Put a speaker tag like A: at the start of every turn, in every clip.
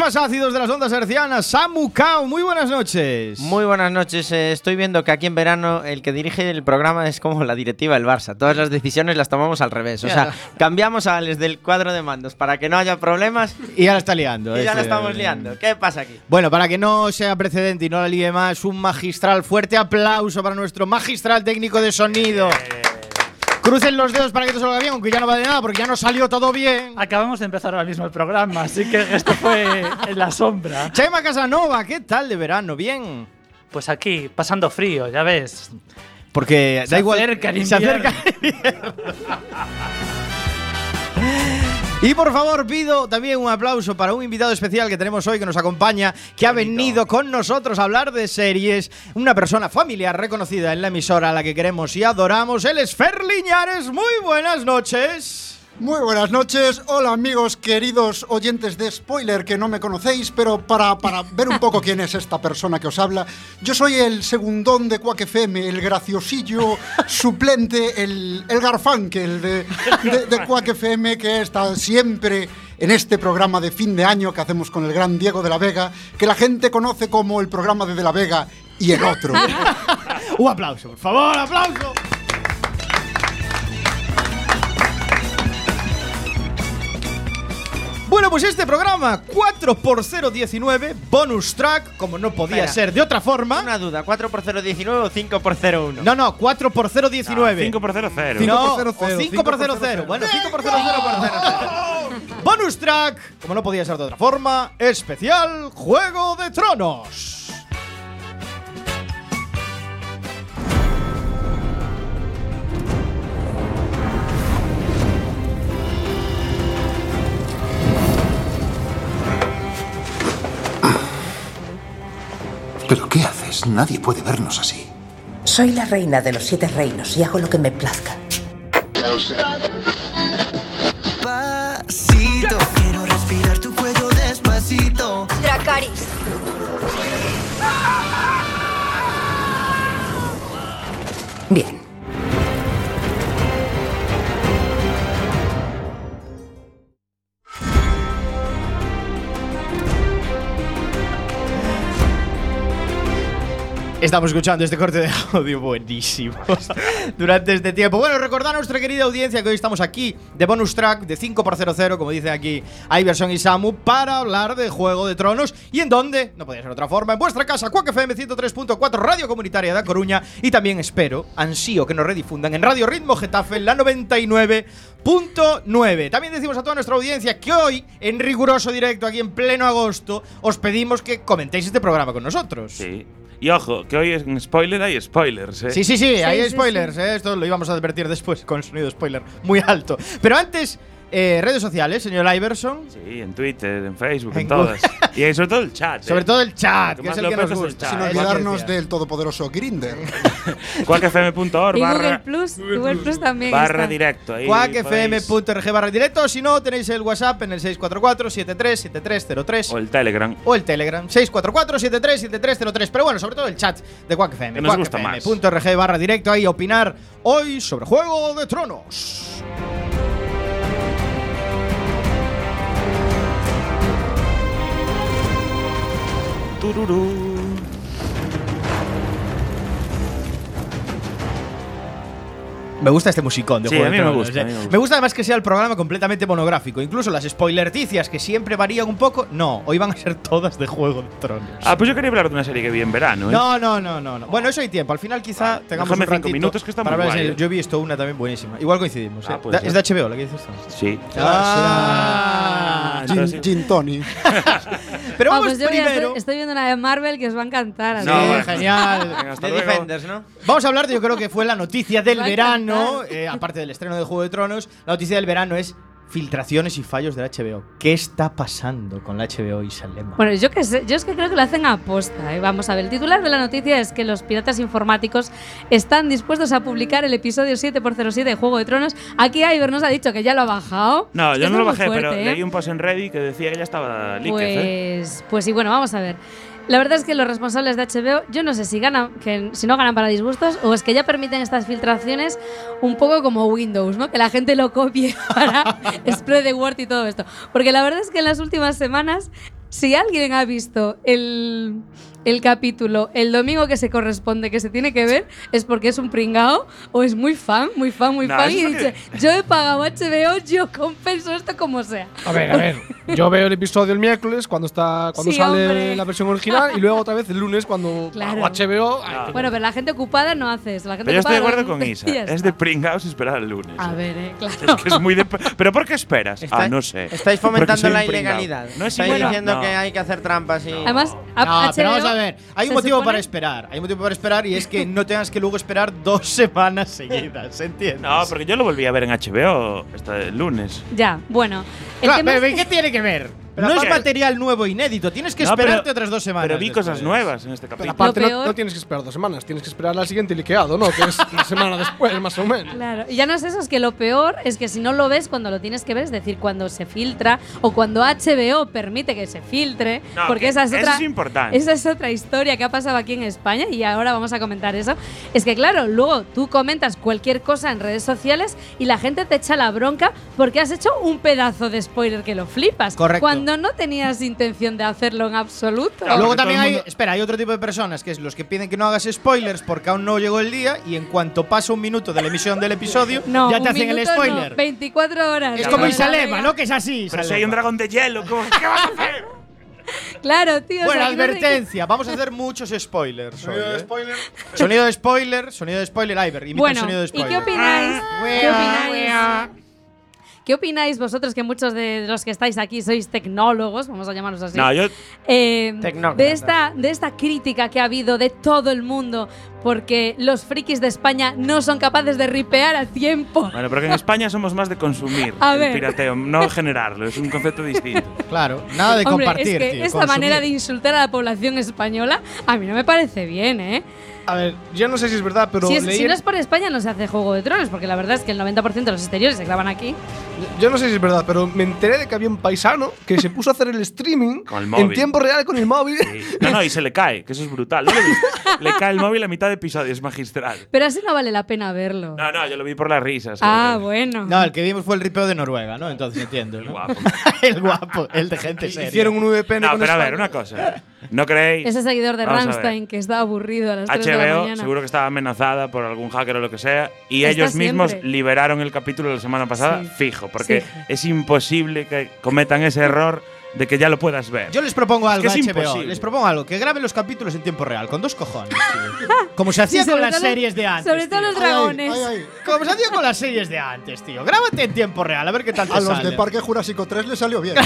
A: más ácidos de las ondas hercianas, Samu Kao. Muy buenas noches.
B: Muy buenas noches. Eh, estoy viendo que aquí en verano el que dirige el programa es como la directiva del Barça. Todas las decisiones las tomamos al revés. O sea, cambiamos a Alex del cuadro de mandos para que no haya problemas.
A: Y ya la está liando.
B: Y ya
A: este-
B: la
C: eh,
B: estamos liando. ¿Qué pasa aquí?
A: Bueno, para que no sea precedente y no la líe más, un magistral fuerte aplauso para nuestro magistral técnico de sonido. Crucen los dedos para que todo salga bien, aunque ya no vale nada, porque ya no salió todo bien.
D: Acabamos de empezar ahora mismo el programa, así que esto fue en la sombra.
A: Chema Casanova, ¿qué tal de verano? Bien.
D: Pues aquí, pasando frío, ya ves.
A: Porque da
D: Se
A: igual.
D: acerca el
A: se
D: invierno.
A: acerca el invierno. Y por favor pido también un aplauso para un invitado especial que tenemos hoy que nos acompaña, que ha venido con nosotros a hablar de series, una persona familiar reconocida en la emisora a la que queremos y adoramos, él es Fer Liñares. Muy buenas noches.
E: Muy buenas noches, hola amigos queridos oyentes de spoiler que no me conocéis, pero para, para ver un poco quién es esta persona que os habla, yo soy el segundón de Quack FM, el graciosillo suplente, el, el garfunkel de, de, de Quack FM que está siempre en este programa de fin de año que hacemos con el gran Diego de la Vega, que la gente conoce como el programa de De la Vega y el otro. ¿eh?
A: Un aplauso, por favor, aplauso. Bueno, pues este programa 4x019, bonus track, como no podía
B: Espera.
A: ser de otra forma.
B: Una duda, 4 por 019 o 5 por 01.
A: No, no, 4x019.
C: 5 por 0, 0.
E: Ah, Cinco
A: No,
E: por cero cero,
A: o cinco
E: cinco
A: por
E: por
A: cero
E: cero
A: cero.
E: cero.
A: Bueno, 5 por 0 0 por 0. Bonus track, como no podía ser de otra forma, especial Juego de Tronos.
F: ¿Pero qué haces? Nadie puede vernos así.
G: Soy la reina de los siete reinos y hago lo que me plazca.
H: Despacito, quiero respirar tu cuello despacito.
I: Dracaris.
G: Bien.
A: Estamos escuchando este corte de audio buenísimo durante este tiempo. Bueno, recordad a nuestra querida audiencia que hoy estamos aquí de bonus track de 5x00, como dicen aquí Iverson y Samu, para hablar de Juego de Tronos y en dónde, no podía ser de otra forma, en vuestra casa, Quack FM 103.4, Radio Comunitaria de A Coruña y también espero, ansío que nos redifundan en Radio Ritmo Getafe, la 99.9. También decimos a toda nuestra audiencia que hoy, en riguroso directo, aquí en pleno agosto, os pedimos que comentéis este programa con nosotros.
C: Sí. Y ojo, que hoy en spoiler hay spoilers, ¿eh?
A: Sí, sí, sí, hay
I: sí,
A: spoilers, ¿eh? esto lo íbamos a advertir después con sonido spoiler muy alto. Pero antes, eh, redes sociales, señor Iverson,
C: Sí, en Twitter, en Facebook,
A: En
C: en todas. y ahí sobre todo el chat. ¿eh?
A: sobre todo el chat,
C: Lo
A: que
C: que
A: es
C: más
A: el
C: lo
A: que nos
C: petas es el
A: gusta.
C: chat.
A: es
E: Sin
A: lo que
E: olvidarnos
A: decía.
E: del todopoderoso Grinder.
C: cuacfm.org
I: Y Google
C: barra,
I: Plus, Google Plus también
C: barra
I: está.
C: directo. ahí podéis-
A: cuacfm.org barra directo, si no tenéis el WhatsApp en el 644
C: O
A: 737303
C: el Telegram.
A: o el Telegram 644 737303 pero bueno, sobre todo el chat de
C: Que
A: cuacfm.
C: nos gusta más.
A: cuacfm.org barra directo ahí opinar hoy sobre Juego de Tronos.
C: Tururú.
A: Me gusta este musicón de
C: Sí,
A: Juego
C: a
A: de
C: mí me
A: Tronos,
C: gusta,
A: ¿eh?
C: a mí me gusta.
A: Me gusta además que sea el programa completamente monográfico. Incluso las spoilerticias que siempre varían un poco, no, hoy van a ser todas de Juego de Tronos.
C: Ah, pues yo quería hablar de una serie que vi en verano, ¿eh?
A: no, no, no, no, no. Bueno, eso hay tiempo. Al final quizá
C: Vale,
A: tengamos
C: déjame
A: un ratito
C: cinco minutos, que está
A: para
C: muy
A: hablar de
C: guay,
A: series.
C: ¿eh?
A: Yo he visto una también buenísima. Igual coincidimos.
C: Ah,
A: ¿eh?
C: puede
A: Da- es de
C: ser.
A: HBO la que dices tú.
C: Sí.
A: Ah.
C: Entonces-
E: Gin, gin Tony.
A: Pero
I: Ah,
A: vamos
I: pues yo ya
A: primero.
I: estoy, estoy viendo una de Marvel que os va a encantar. así
A: Sí,
C: No,
I: que-
C: bueno.
A: genial.
C: Venga, hasta
B: De
C: luego. Ah,
B: Defenders, ¿no?
A: Vamos a hablar de, yo creo que fue la noticia del
I: Va a
A: verano,
I: encantar.
A: eh, aparte del estreno de Juego de Tronos, la noticia del verano es filtraciones y fallos de la HBO. ¿Qué está pasando con la HBO y Salema?
I: Bueno, yo que sé, yo es que creo que lo hacen a posta. ¿eh? Vamos a ver, el titular de la noticia es que los piratas informáticos están dispuestos a publicar el episodio 7x07 de Juego de Tronos. Aquí Iver nos ha dicho que ya lo ha bajado.
C: No, yo
I: Esto
C: no lo
I: es muy
C: bajé, pero
I: fuerte, ¿eh?
C: leí un post en Reddit que decía que ya estaba líquido, ¿eh?
I: Pues, pues sí, bueno, vamos a ver. La verdad es que los responsables de HBO, yo no sé si ganan, que si no ganan para disgustos, o es que ya permiten estas filtraciones un poco como Windows, ¿no? Que la gente lo copie para spread the word y todo esto. Porque la verdad es que en las últimas semanas si alguien ha visto el, el capítulo el domingo que se corresponde, que se tiene que ver, es porque es un pringao o es muy fan, muy fan, muy
C: No,
I: fan.
C: eso
I: Y
C: no
I: dice, yo he pagado HBO, yo compenso esto como sea.
J: A ver, a ver. Yo veo el episodio el miércoles cuando está cuando
I: Sí,
J: sale
I: hombre.
J: la versión original y luego otra vez el lunes cuando
I: Claro.
J: hago HBO. ay,
I: Bueno, pero la gente ocupada no haces. La gente
C: Ah. Pero yo estoy
I: ocupada
C: de acuerdo
I: duerme
C: con Isa.
I: y ya
C: Es
I: está.
C: de pringaos esperar el lunes.
I: A ver, eh, claro.
C: Es que es muy de. ¿Pero por qué esperas?
B: Está-
C: ah, no sé.
B: Estáis
C: Porque
B: fomentando
C: soy un
B: la
C: pringao.
B: ilegalidad.
C: No es
B: Estáis
C: ilegal.
B: diciendo
C: No.
B: que hay que hacer trampas y.
I: Además,
A: No,
I: a-
A: pero
I: HBO
A: vamos a ver. Hay un
I: se
A: motivo
I: supone-
A: para esperar. Hay un motivo para esperar y es que no tengas que luego esperar dos semanas seguidas. ¿Se entiende?
C: No, porque yo lo volví a ver en HBO este lunes.
I: Ya, bueno. El
A: Claro,
I: tema
A: pero
I: es
A: ¿qué tiene que ver? no es
C: aparte-
A: material nuevo inédito. Tienes que
C: No, pero-
A: esperarte otras dos semanas.
C: Pero vi cosas
A: después.
C: nuevas en este
J: Pero
C: capítulo.
J: aparte,
I: Lo
J: no,
I: peor-
J: no tienes que esperar dos semanas, tienes que esperar al siguiente liqueado, ¿no? Que es una semana después, más o menos.
I: Claro, y ya no es eso, es que lo peor es que si no lo ves cuando lo tienes que ver, es decir, cuando se filtra o cuando HBO permite que se filtre,
C: No,
I: porque
C: que
I: esa es
C: eso
I: otra
C: es importante.
I: esa es otra historia que ha pasado aquí en España y ahora vamos a comentar eso. Es que claro, luego tú comentas cualquier cosa en redes sociales y la gente te echa la bronca porque has hecho un pedazo de spoiler que lo flipas,
A: Correcto.
I: cuando no tetenías intención de hacerlo en absoluto.
C: Claro,
A: Luego
C: porque todo
A: también
C: el
A: hay,
C: mundo-
A: espera, hay otro tipo de personas que es los que piden que no hagas spoilers porque aún no llegó el día y en cuanto pasa un minuto de la emisión del episodio
I: No,
A: ya te
I: un
A: hacen el
I: minuto no,
A: spoiler.
I: 24 horas.
A: es
I: de
A: como
I: la
A: Isalema,
I: regla.
A: ¿no? Que es así.
C: Pero si hay un
A: Isalema.
C: dragón de hielo, ¿cómo- ¿qué vas a hacer?
I: Claro, tío. o
A: Bueno,
I: sea, que no sé qué-
A: advertencia, vamos a hacer muchos spoilers. Sonido de spoiler. Sonido de spoiler, sonido de spoiler, Iver. Imita el
I: Bueno,
A: sonido de
I: ¿y
A: spoiler. Ah,
I: qué opináis?
C: Ah.
I: ¿Qué
A: wea.
I: opináis? ¿Qué opináis vosotros que muchos de los que estáis aquí sois tecnólogos, vamos a llamaros así?
C: No, yo.
I: eh,
B: Tecnócratas.
I: de, esta, de esta crítica que ha habido de todo el mundo porque los frikis de España no son capaces de ripear a tiempo.
C: Bueno, porque en España somos más de consumir
I: A
C: el
I: ver.
C: pirateo, no generarlo, es un concepto distinto.
A: Claro, nada de
I: Hombre,
A: compartir.
I: es que
A: tío,
I: esta
A: consumir.
I: manera de insultar a la población española a mí no me parece bien, ¿eh?
J: A ver, yo no sé si es verdad, pero
I: si, es-
J: leí
I: si
J: en-
I: no es por España no se hace Juego de Tronos, porque la verdad es que el 90% de los exteriores se graban aquí.
J: Yo no sé si es verdad, pero me enteré de que había un paisano que se puso a hacer el streaming
C: Con el
J: en
C: móvil.
J: tiempo real con el móvil.
C: Sí. No, no, y se le cae, que eso es brutal. ¿no lo viste? le cae el móvil a mitad de episodio, es magistral.
I: Pero así no vale la pena verlo.
C: No, no, yo lo vi por las risas.
I: Ah,
C: creo
I: bueno.
A: No, el que vimos fue el ripeo de Noruega, ¿no? Entonces entiendo. ¿no?
C: que- Guapo.
A: el guapo, el de gente seria.
J: Hicieron un VPN
C: No,
J: con
C: pero a ver,
J: España.
C: una cosa. ¿No creéis?
I: Ese seguidor de
C: Vamos a ver.
I: Rammstein que está aburrido a las 3 de la
C: HBO
I: mañana.
C: seguro que estaba amenazada por algún hacker o lo que sea y
I: Está
C: ellos mismos
I: siempre.
C: liberaron el capítulo la semana pasada
I: Sí.
C: fijo porque
I: Sí.
C: es imposible que cometan ese error de que ya lo puedas ver.
A: Yo les propongo algo,
C: que es
A: HBO.
C: imposible.
A: Les propongo algo, que graben los capítulos en tiempo real, con dos cojones. tío. Como se
I: Sí,
A: hacía
I: sobre
A: con
I: todo
A: las
I: los-
A: series de antes.
I: Sobre todo
A: tío.
I: los
E: Ay, ay,
I: dragones.
E: ay, ay.
A: Como se hacía con las series de antes, tío. Grábate en tiempo real, a ver qué tal te
E: A los
A: sale.
E: de Parque Jurásico 3 le salió bien.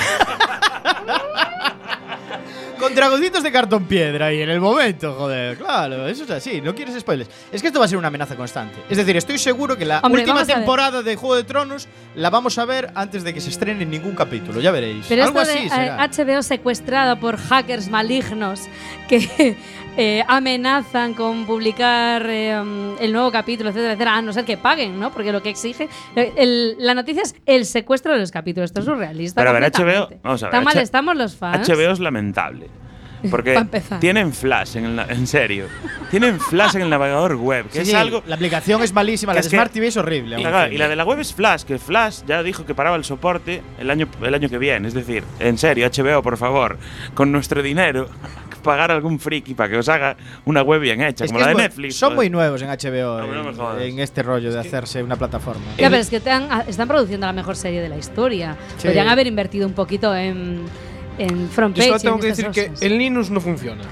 A: Con dragoncitos de cartón piedra y en el momento, joder. Claro, eso es así, no quieres spoilers. Es que esto va a ser una amenaza constante. Es decir, estoy seguro que la
I: Hombre,
A: última
I: vamos a ver.
A: temporada de Juego de Tronos la vamos a ver antes de que se estrene ningún capítulo, ya veréis.
I: Pero
A: Algo
I: esto de
A: así
I: eh,
A: será.
I: HBO secuestrada por hackers malignos que eh, amenazan con publicar eh, mm, el nuevo capítulo, etcétera, etcétera, a no ser que paguen, ¿no? Porque lo que exige. eh, el- la noticia es el secuestro de los capítulos. Esto es surrealista.
C: Pero a ver,
I: completamente.
C: HBO vamos a ver,
I: Tan mal
C: H-
I: estamos los fans.
C: HBO es lamentable. Porque
I: Pa' empezar.
C: tienen flash en, el na- en serio. Tienen flash en el navegador web, que
A: Sí,
C: es algo
A: La aplicación es malísima,
C: que
A: la
C: es
A: de
C: que-
A: Smart TV es horrible.
C: Y
A: aún
C: la,
A: así.
C: y la de la web es Flash, que Flash ya dijo que paraba el soporte el año, el año que viene. Es decir, en serio, HBO, por favor, con nuestro dinero, pagar a algún friki para que os haga una web bien hecha,
A: Es
C: como
A: que
C: la
A: es
C: de
A: muy-
C: Netflix.
A: Son muy
C: joder.
A: nuevos en HBO,
C: No, no me
A: en-
C: jodas.
A: en, este rollo de hacerse una plataforma.
I: Ya, pero es que te han- a- están produciendo la mejor serie de la historia.
A: Sí.
I: Podrían haber invertido un poquito en, en Front
J: Yo
I: Page.
J: solo
I: y
J: tengo
I: en
J: que decir
I: estas
J: que
I: cosas.
J: en Linux no funciona.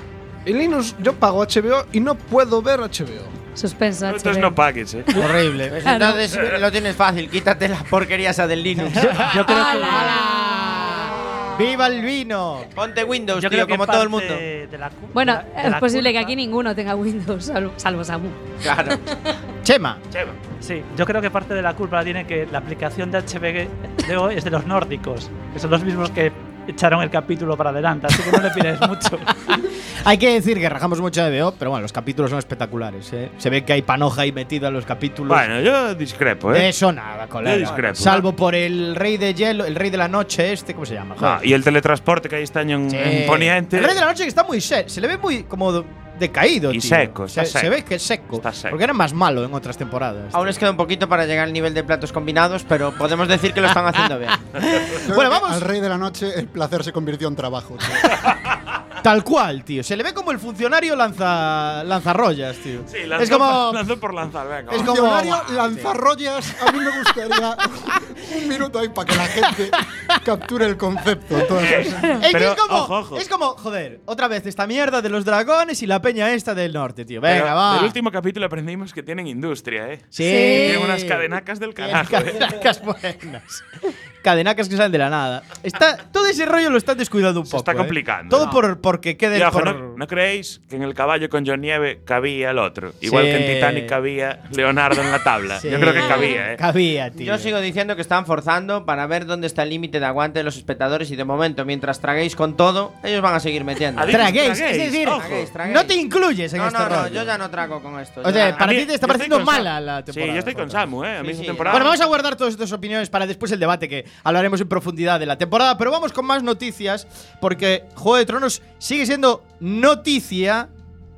J: En Linux yo pago HBO y no puedo ver HBO.
I: Suspenso.
C: Entonces
I: HBO.
C: no pagues, eh.
A: Horrible.
B: Pues
I: Claro.
B: entonces lo tienes fácil, quítate la porquería esa del Linux.
D: Yo creo que.
A: ¡Viva el vino!
B: Ponte Windows,
D: Yo
B: tío,
D: creo que
B: como todo el
D: parte
B: mundo.
D: de la cu-
I: Bueno,
D: de la- de
I: es
D: la
I: posible que
D: culpa-
I: aquí ninguno tenga Windows, salvo, salvo Samu.
B: Claro.
A: Chema,
D: Sí, yo creo que parte de la culpa la tiene que la aplicación de HB de hoy es de los nórdicos, que son los mismos que echaron el capítulo para adelante, así que no le pides mucho.
A: hay que decir que rajamos mucho de HBO, pero bueno, los capítulos son espectaculares. ¿eh? Se ve que hay panoja ahí metida en los capítulos.
C: Bueno, yo discrepo,
A: De
C: eh.
A: Eso nada, colega.
C: Yo discrepo.
A: Salvo por el rey de hielo, el rey de la noche este, ¿cómo se llama?
C: Ah, y el teletransporte que hay este año en,
A: Sí.
C: en Poniente.
A: El rey de la noche que está muy set. Se le ve muy como decaído.
C: Y
A: tío.
C: seco, está
A: se,
C: seco.
A: se ve que es seco,
C: Está seco.
A: Porque era más malo en otras temporadas.
B: Aún les queda un poquito para llegar al nivel de platos combinados, pero podemos decir que lo están haciendo bien.
E: Yo creo
A: Bueno,
E: que
A: vamos.
E: Al rey de la noche el placer se convirtió en trabajo. tío.
A: Tal cual, tío. Se le ve como el funcionario lanza, lanza rollas, tío.
C: Sí,
A: es
C: lanzó,
A: como.
C: lanzó por lanzar, venga.
A: Es
C: va.
A: como-
E: Funcionario lanzarrollas, a mí me gustaría un minuto ahí para que la gente capture el concepto. Entonces,
A: Es, que
C: Pero,
A: es como,
C: ojo, ojo.
A: es como, joder, otra vez esta mierda de los dragones y la peña esta del norte, tío. Venga,
C: Pero
A: va.
C: Del último capítulo aprendimos que tienen industria, ¿eh?
A: Sí.
C: Tienen unas cadenacas del
A: Tienen
C: carajo. ¿eh?
A: Cadenacas buenas. Cadenacas que salen de la nada. Está, todo ese rollo lo están descuidando un
C: Se
A: poco.
C: está
A: ¿eh?
C: complicando.
A: Todo
C: No.
A: por, porque quede
C: Y ojo,
A: por-
C: no, no creéis que en el caballo con John Nieve cabía el otro? Igual
A: Sí.
C: que en Titanic cabía Leonardo en la tabla.
A: Sí.
C: Yo creo que cabía, ¿eh?
A: Cabía, tío.
B: Yo sigo diciendo que están forzando para ver dónde está el límite de aguante de los espectadores y de momento, mientras traguéis con todo, ellos van a seguir metiendo.
C: Adiós.
A: Traguéis, es
C: Traguéis,
A: decir,
C: ojo.
B: Traguéis, traguéis.
A: no te incluyes en
B: No,
A: este
B: no, no,
A: rollo.
B: yo ya no trago con esto.
A: O
B: ya-
A: sea, para
C: mí-
A: ti te está
C: yo estoy
A: pareciendo
C: con
A: mala
C: Sam.
A: la temporada.
C: Sí, yo estoy con
A: Sam.
C: Samu, ¿eh? A mí
B: Sí,
C: esta
B: sí.
C: temporada.
A: Bueno, vamos a guardar todas estas opiniones para después el debate que hablaremos en profundidad de la temporada, pero vamos con más noticias porque Juego de Tronos sigue siendo noticia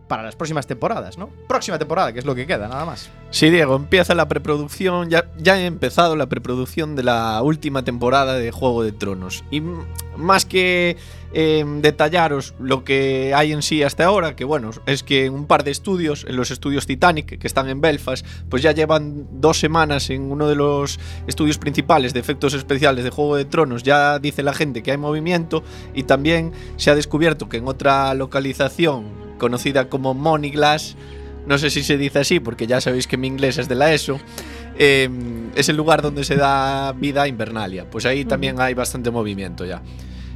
A: para las próximas temporadas, ¿no? Próxima temporada, que es lo que queda, nada más.
J: Sí, Diego, empieza la preproducción, ya, ya he empezado la preproducción de la última temporada de Juego de Tronos. Y m- más que eh, detallaros lo que hay en sí hasta ahora, que bueno, es que un par de estudios, en los estudios Titanic, que están en Belfast, pues ya llevan dos semanas en uno de los estudios principales de efectos especiales de Juego de Tronos, ya dice la gente que hay movimiento y también se ha descubierto que en otra localización conocida como Money Glass, no sé si se dice así porque ya sabéis que mi inglés es de la ESO, eh, es el lugar donde se da vida a Invernalia. Pues ahí también hay bastante movimiento ya.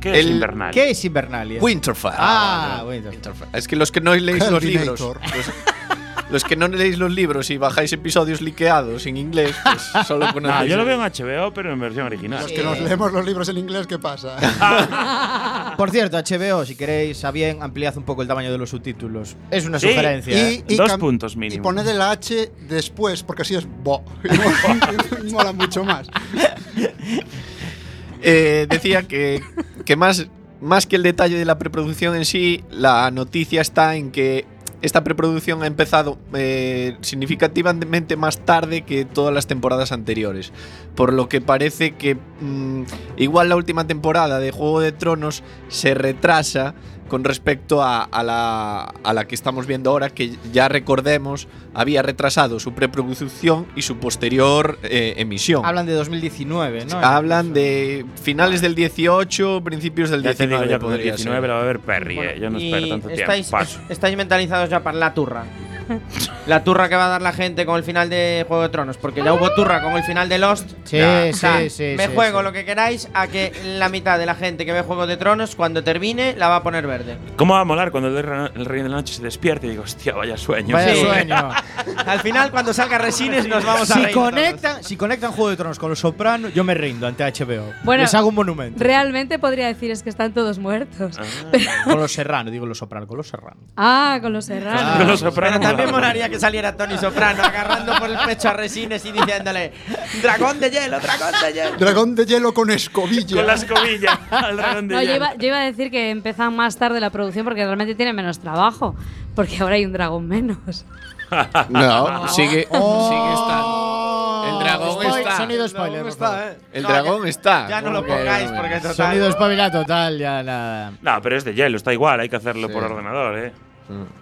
C: ¿Qué es
J: el-
C: invernal?
A: ¿Qué es Invernalia?
J: Winterfell.
A: Ah, Winterfell.
J: Es que los que no leéis los libros,
E: Terminator.
J: los, los que no leéis los libros y bajáis episodios liqueados en inglés, pues solo conocéis.
C: Ah, yo lo veo en HBO, pero en versión original.
E: los que nos leemos los libros en inglés, ¿qué pasa?
B: Ah.
A: Por cierto, HBO, si queréis, a bien, ampliad un poco el tamaño de los subtítulos. Es una
C: Sí.
A: sugerencia. ¿eh?
C: Dos
E: cam-
C: puntos
E: Y
C: mínimo.
E: poned el H después, porque así es bo. Mola mucho más.
J: Eh, decía que, que más, más que el detalle de la preproducción en sí, la noticia está en que esta preproducción ha empezado eh, significativamente más tarde que todas las temporadas anteriores. Por lo que parece que mm, igual la última temporada de Juego de Tronos se retrasa con respecto a, a la, a la que estamos viendo ahora, que ya recordemos había retrasado su preproducción y su posterior eh, emisión.
A: Hablan de 2019, ¿no?
J: Hablan de finales del 18, principios del
C: Ya te digo yo
J: 19.
C: que en el
J: podría
C: 19
J: ser.
C: la va a ver Perry, ¿eh? Yo no
B: Y
C: espero tanto tiempo.
B: estáis,
C: Paso.
B: estáis mentalizados ya para la turra. La turra que va a dar la gente con el final de Juego de Tronos, porque ya hubo turra con el final de Lost.
A: Sí,
B: Ya,
A: sí,
B: o sea,
A: sí,
B: Me
A: sí,
B: juego
A: sí.
B: lo que queráis a que la mitad de la gente que ve Juego de Tronos, cuando termine, la va a poner verde.
C: ¿Cómo va a molar cuando el rey, el rey de la noche se despierte y digo, hostia, vaya sueño?
A: Vaya
B: Sí.
A: sueño.
B: Al final, cuando salga Resines, nos vamos a
A: si
B: reír todos.
A: conectan, si conectan Juego de Tronos con los Soprano, yo me rindo ante HBO.
I: Bueno,
A: Les hago un monumento.
I: Realmente podría decir es que están todos muertos.
C: Ah.
A: con los Serrano, digo los Soprano, con los Serrano.
I: Ah, con los serranos.
C: Con los sopranos.
B: Pero también molaría que saliera Tony Soprano agarrando por el pecho a Resines y diciéndole: ¡Dragón de hielo, dragón de hielo!
E: Dragón de hielo con escobilla.
C: Con la escobilla al dragón de
I: No, yo
C: hielo.
I: iba, yo iba a decir que empezan más tarde la producción porque realmente tienen menos trabajo. Porque ahora hay un dragón menos.
J: No, sigue, sigue estando. El dragón
A: Oh.
B: "Pues
A: Spoil-
J: está. eh.
A: Sonido spoiler. por favor.
J: El dragón está.
B: Ya no lo
J: Porque-
B: pongáis, porque total.
A: ¿eh? Sonido espabilado total, ya nada.
C: No, pero es de hielo, está igual, hay que hacerlo
J: Sí.
C: por ordenador, ¿eh?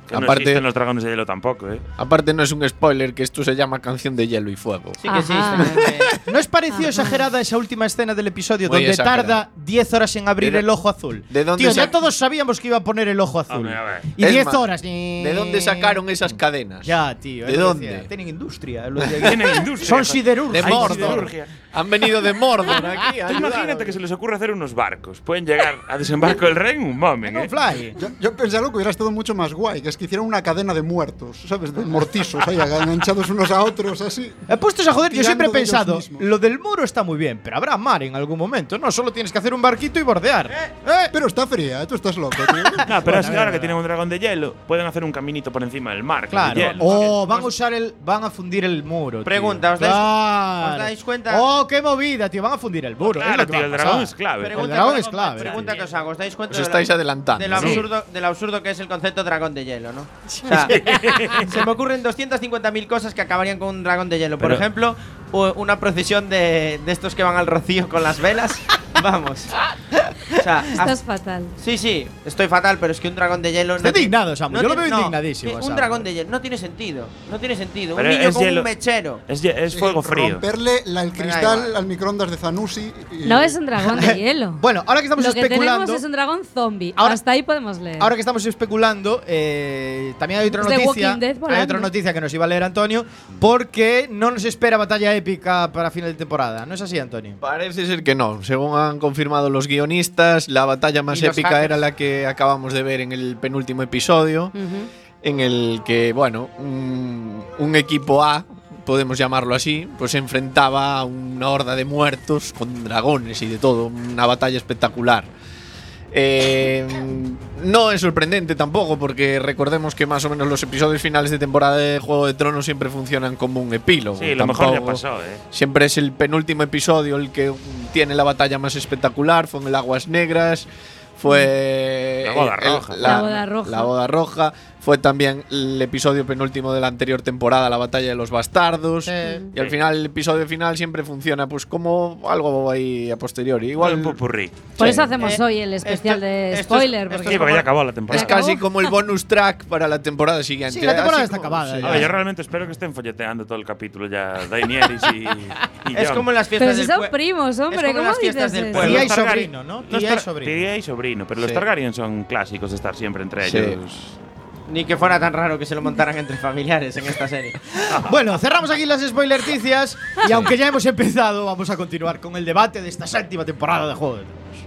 C: Que no
J: Aparte,
C: existen los dragones de hielo tampoco, ¿eh?
J: aparte no es un spoiler que esto se llama Canción de Hielo y Fuego.
B: Sí que sí,
I: Ajá.
B: sí.
A: ¿No os pareció exagerada esa última escena del episodio
J: Muy
A: donde
J: exagerada.
A: tarda 10 horas en abrir
J: Pero-
A: el ojo azul?
J: ¿De dónde
A: Tío, ya
J: sac-
A: todos sabíamos que iba a poner el ojo azul.
C: Hombre, a ver.
A: Y
J: Es
A: 10
J: más,
A: horas.
J: ¿De
B: Eh,
J: dónde sacaron esas cadenas?
A: Ya, tío.
J: ¿De
A: es lo que
J: dónde?
A: decía. Tienen industria. es lo que decía.
C: Tienen industria.
A: Son
J: De
A: siderúrgicos.
C: Hay
J: Mordor.
C: siderurgia.
J: Han venido de Mordor aquí.
C: Tú imagínate que se les ocurre hacer unos barcos. Pueden llegar a desembarco del rey en un
A: Dragonfly.
C: momento, ¿eh?
E: Yo, yo pensé algo que hubiera estado mucho más guay, que es que hicieran una cadena de muertos, ¿sabes? De mortizos, ahí enganchados unos a otros, así.
A: Eh, Puestos a joder, yo
E: Tirando
A: siempre he
E: de ellos
A: pensado,
E: mismos.
A: lo del muro está muy bien, pero habrá mar en algún momento, ¿no? Solo tienes que hacer un barquito y bordear. Eh,
E: Pero está fría, tú estás loco, tío.
C: No, pero así
A: Bueno,
C: ahora
A: bueno,
C: que tienen un dragón de hielo, pueden hacer un caminito por encima del mar. que es
A: Claro. Oh,
C: de hielo.
A: O van a usar el. Van a fundir el muro. tío.
B: Pregunta, ¿os dais-
A: Claro.
B: os dais cuenta?
A: Oh, qué movida, tío. Van a fundir el muro. es lo
C: Claro,
A: que
C: tío,
A: va a
C: el
A: pasar.
C: dragón es clave.
A: dragón es clave,
B: Pregunta
A: tío.
B: que os hago, ¿os dais cuenta
J: Os
B: de lo-
J: estáis adelantando.
B: de lo
C: Sí.
B: absurdo, de lo absurdo que es el concepto dragón dragón de hielo, ¿no? O sea, se me ocurren 250.000 cosas que acabarían con un dragón de hielo. Por
C: Pero-
B: ejemplo, u- una procesión de, de estos que van al rocío con las velas. Vamos. O sea,
I: Estás fatal.
B: Sí, sí, estoy fatal, pero es que un dragón de hielo.
A: Está
B: ti-
A: indignado, Samu, yo lo
B: tiene-
A: veo indignadísimo,
B: que Un
A: Samu.
B: dragón de hielo no tiene sentido. No tiene sentido.
C: Pero
B: un niño
C: es
B: con
C: hielo-
B: un mechero.
C: Es, ye- es fuego frío.
E: Eh, Romperle la- el
B: da
E: cristal
B: igual.
E: al microondas de Zanussi. y-
I: No es un dragón de hielo.
A: Bueno, ahora que estamos
I: Lo que tenemos
A: especulando.
I: es un dragón zombie.
A: Ahora-
I: Hasta ahí podemos leer.
A: Ahora que estamos especulando, eh, también hay otra
I: Es The
A: noticia.
I: Walking Dead
A: Hay
I: volando.
A: otra noticia que nos iba a leer Antonio, porque no nos espera batalla épica para final de temporada. ¿No es así, Antonio?
J: Parece ser que no. Según han confirmado los guionistas, la batalla más
B: Y los
J: épica
B: hackers.
J: era la que acabamos de ver en el penúltimo episodio,
I: Ujú.
J: en el que, bueno, un, un equipo A, podemos llamarlo así, pues se enfrentaba a una horda de muertos con dragones y de todo. Una batalla espectacular. Eh, no es sorprendente tampoco, porque recordemos que más o menos los episodios finales de temporada de Juego de Tronos siempre funcionan como un epílogo.
C: Sí, lo mejor le ha
J: Tampoco-
C: pasado, eh.
J: Siempre es el penúltimo episodio el que tiene la batalla más espectacular. Fue en el Aguas Negras. Fue.
C: La boda
J: el- el-
C: roja.
I: La boda roja.
J: la boda roja. Fue también el episodio penúltimo de la anterior temporada, la batalla de los bastardos.
A: Sí.
J: Y al
C: Sí.
J: final, el episodio final siempre funciona, pues como algo ahí a posteriori.
C: Igual
J: Igual.
C: un popurrí.
I: Por
J: Sí.
I: eso hacemos
B: Eh,
I: hoy el especial
B: esto-
I: de
B: esto es-
I: spoiler.
B: esto es
I: porque-
C: Sí, porque ya acabó la
J: Es
C: temporada.
I: acabó.
J: casi como el bonus track para la temporada siguiente.
A: Sí, la
J: Así
A: temporada está
J: como-
A: acabada
J: sí,
A: ya.
C: Ah, yo realmente espero que estén folleteando todo el capítulo ya Daenerys y, y
B: Es
C: Jon.
B: como en las
I: Pero
B: fiestas
I: si
B: del
I: son
B: pue-
I: primos, hombre,
B: como
I: ¿cómo
B: las
I: dices
B: fiestas del
I: eso?
C: Pero
A: Y
C: los
A: hay
C: Targaryen-
A: sobrino, ¿no?
C: los
A: Y hay
C: Tar-
A: sobrino.
C: Tía y sobrino, pero los
J: Sí.
C: Targaryen son clásicos de estar siempre entre
J: Sí.
C: ellos.
B: Ni que fuera tan raro que se lo montaran entre familiares en esta serie.
A: Bueno, cerramos aquí las spoilerticias y aunque ya hemos empezado, vamos a continuar con el debate de esta séptima temporada de Juego de Tronos.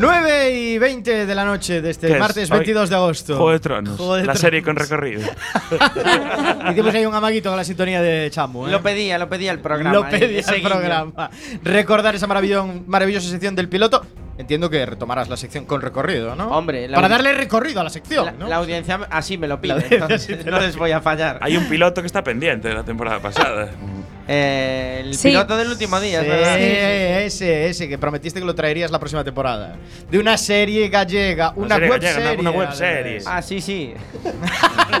A: Nueve y 20 de la noche de
C: ¿Qué
A: este
C: es?
A: martes
C: Hoy-
A: 22 de agosto.
C: Juego de Tronos,
A: Juego de
C: la
A: Tronos.
C: serie con recorrido.
A: Hicimos ahí un amaguito con la sintonía de Chamu. ¿eh?
B: Lo pedía, lo pedía el programa. eh,
A: Lo
J: ¿eh?
A: pedía
B: ese
A: el
B: guiño.
A: programa. Recordar esa maravillón- maravillosa sección del piloto. Entiendo que retomarás la sección con recorrido, ¿no?
B: Hombre, la
A: para
B: audi-
A: darle recorrido a la sección,
B: La,
A: ¿no?
B: la audiencia así me lo
A: La
B: pide,
A: audiencia
B: entonces
A: sí
B: no les voy a fallar.
C: Hay un piloto que está pendiente de la temporada pasada.
B: Eh, el
I: Sí.
B: piloto del último día, es
A: Sí,
B: verdad.
A: ese, ese, que prometiste que lo traerías la próxima temporada. De una serie gallega, una,
C: serie
A: web
C: gallega, una-
A: serie.
C: una web
A: además.
C: serie.
B: Ah, sí, sí.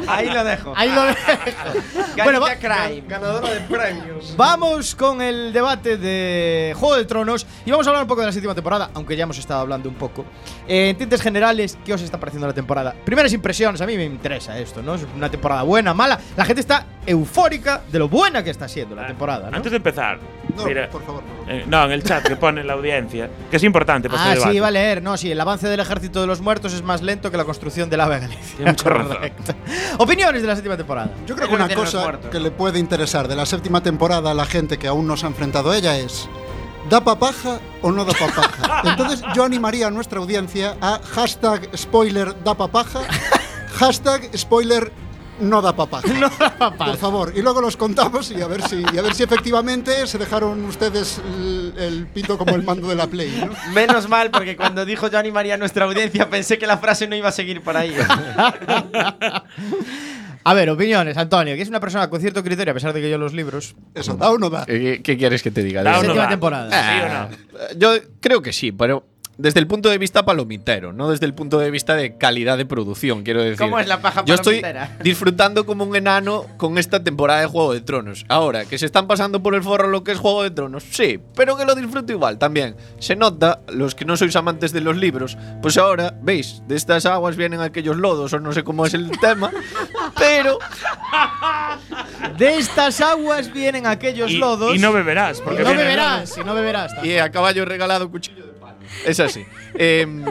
B: Ahí lo dejo.
A: Ahí lo dejo. bueno, va-
B: ganadora de premios.
A: Vamos con el debate de Juego de Tronos y vamos a hablar un poco de la séptima temporada, aunque ya hemos estado hablando un poco. Eh, en tintes generales, ¿qué os está pareciendo la temporada? Primeras impresiones, a mí me interesa esto, ¿no? Es una temporada buena, mala. La gente está eufórica de lo buena que está siendo la temporada, ¿no?
C: Ah, Antes de empezar,
E: No,
C: mira,
E: por favor. no.
C: eh, no, en el chat que pone la audiencia, que es importante para
A: Ah,
C: este
A: sí,
C: debate.
A: va a leer. No, sí, el avance del ejército de los muertos es más lento que la construcción del ave Galicia.
C: Tiene mucha razón.
A: Correcto. Opiniones de la séptima temporada.
E: Yo creo
B: Es
E: que
B: lo que
E: una
B: tienen los
E: cosa
B: muertos,
E: que
B: ¿no?
E: le puede interesar de la séptima temporada a la gente que aún no se ha enfrentado a ella es ¿da papaja o no da papaja? Entonces yo animaría a nuestra audiencia a hashtag spoiler da papaja, hashtag spoiler no da papaja. Por favor, y luego los contamos y a ver si, y a ver si efectivamente se dejaron ustedes el, el pito como el mando de la Play. ¿no?
B: Menos mal, porque cuando dijo Johnny María a nuestra audiencia, pensé que la frase no iba a seguir por ahí.
A: A ver, opiniones, Antonio, que es una persona con cierto criterio, a pesar de que yo los libros.
E: Eso, ¿da o no da?
J: ¿Qué, qué quieres que te diga?
C: Da o no
A: séptima
C: da.
A: temporada.
C: ¿Sí o no?
J: Eh, Yo creo que sí, pero desde el punto de vista palomitero, no desde el punto de vista de calidad de producción, quiero decir.
B: ¿Cómo es la paja
J: Yo estoy
B: palomitera?
J: disfrutando como un enano con esta temporada de Juego de Tronos. Ahora, que se están pasando por el forro lo que es Juego de Tronos, sí, pero que lo disfruto igual también. Se nota, los que no sois amantes de los libros, pues ahora, veis, de estas aguas vienen aquellos lodos o no sé cómo es el tema, pero
A: De estas aguas vienen aquellos
C: Y,
A: lodos.
C: y no beberás, porque
A: Y no
C: viene-
A: beberás, y no beberás.
J: Y a caballo regalado cuchillo de palo. Es así. Em,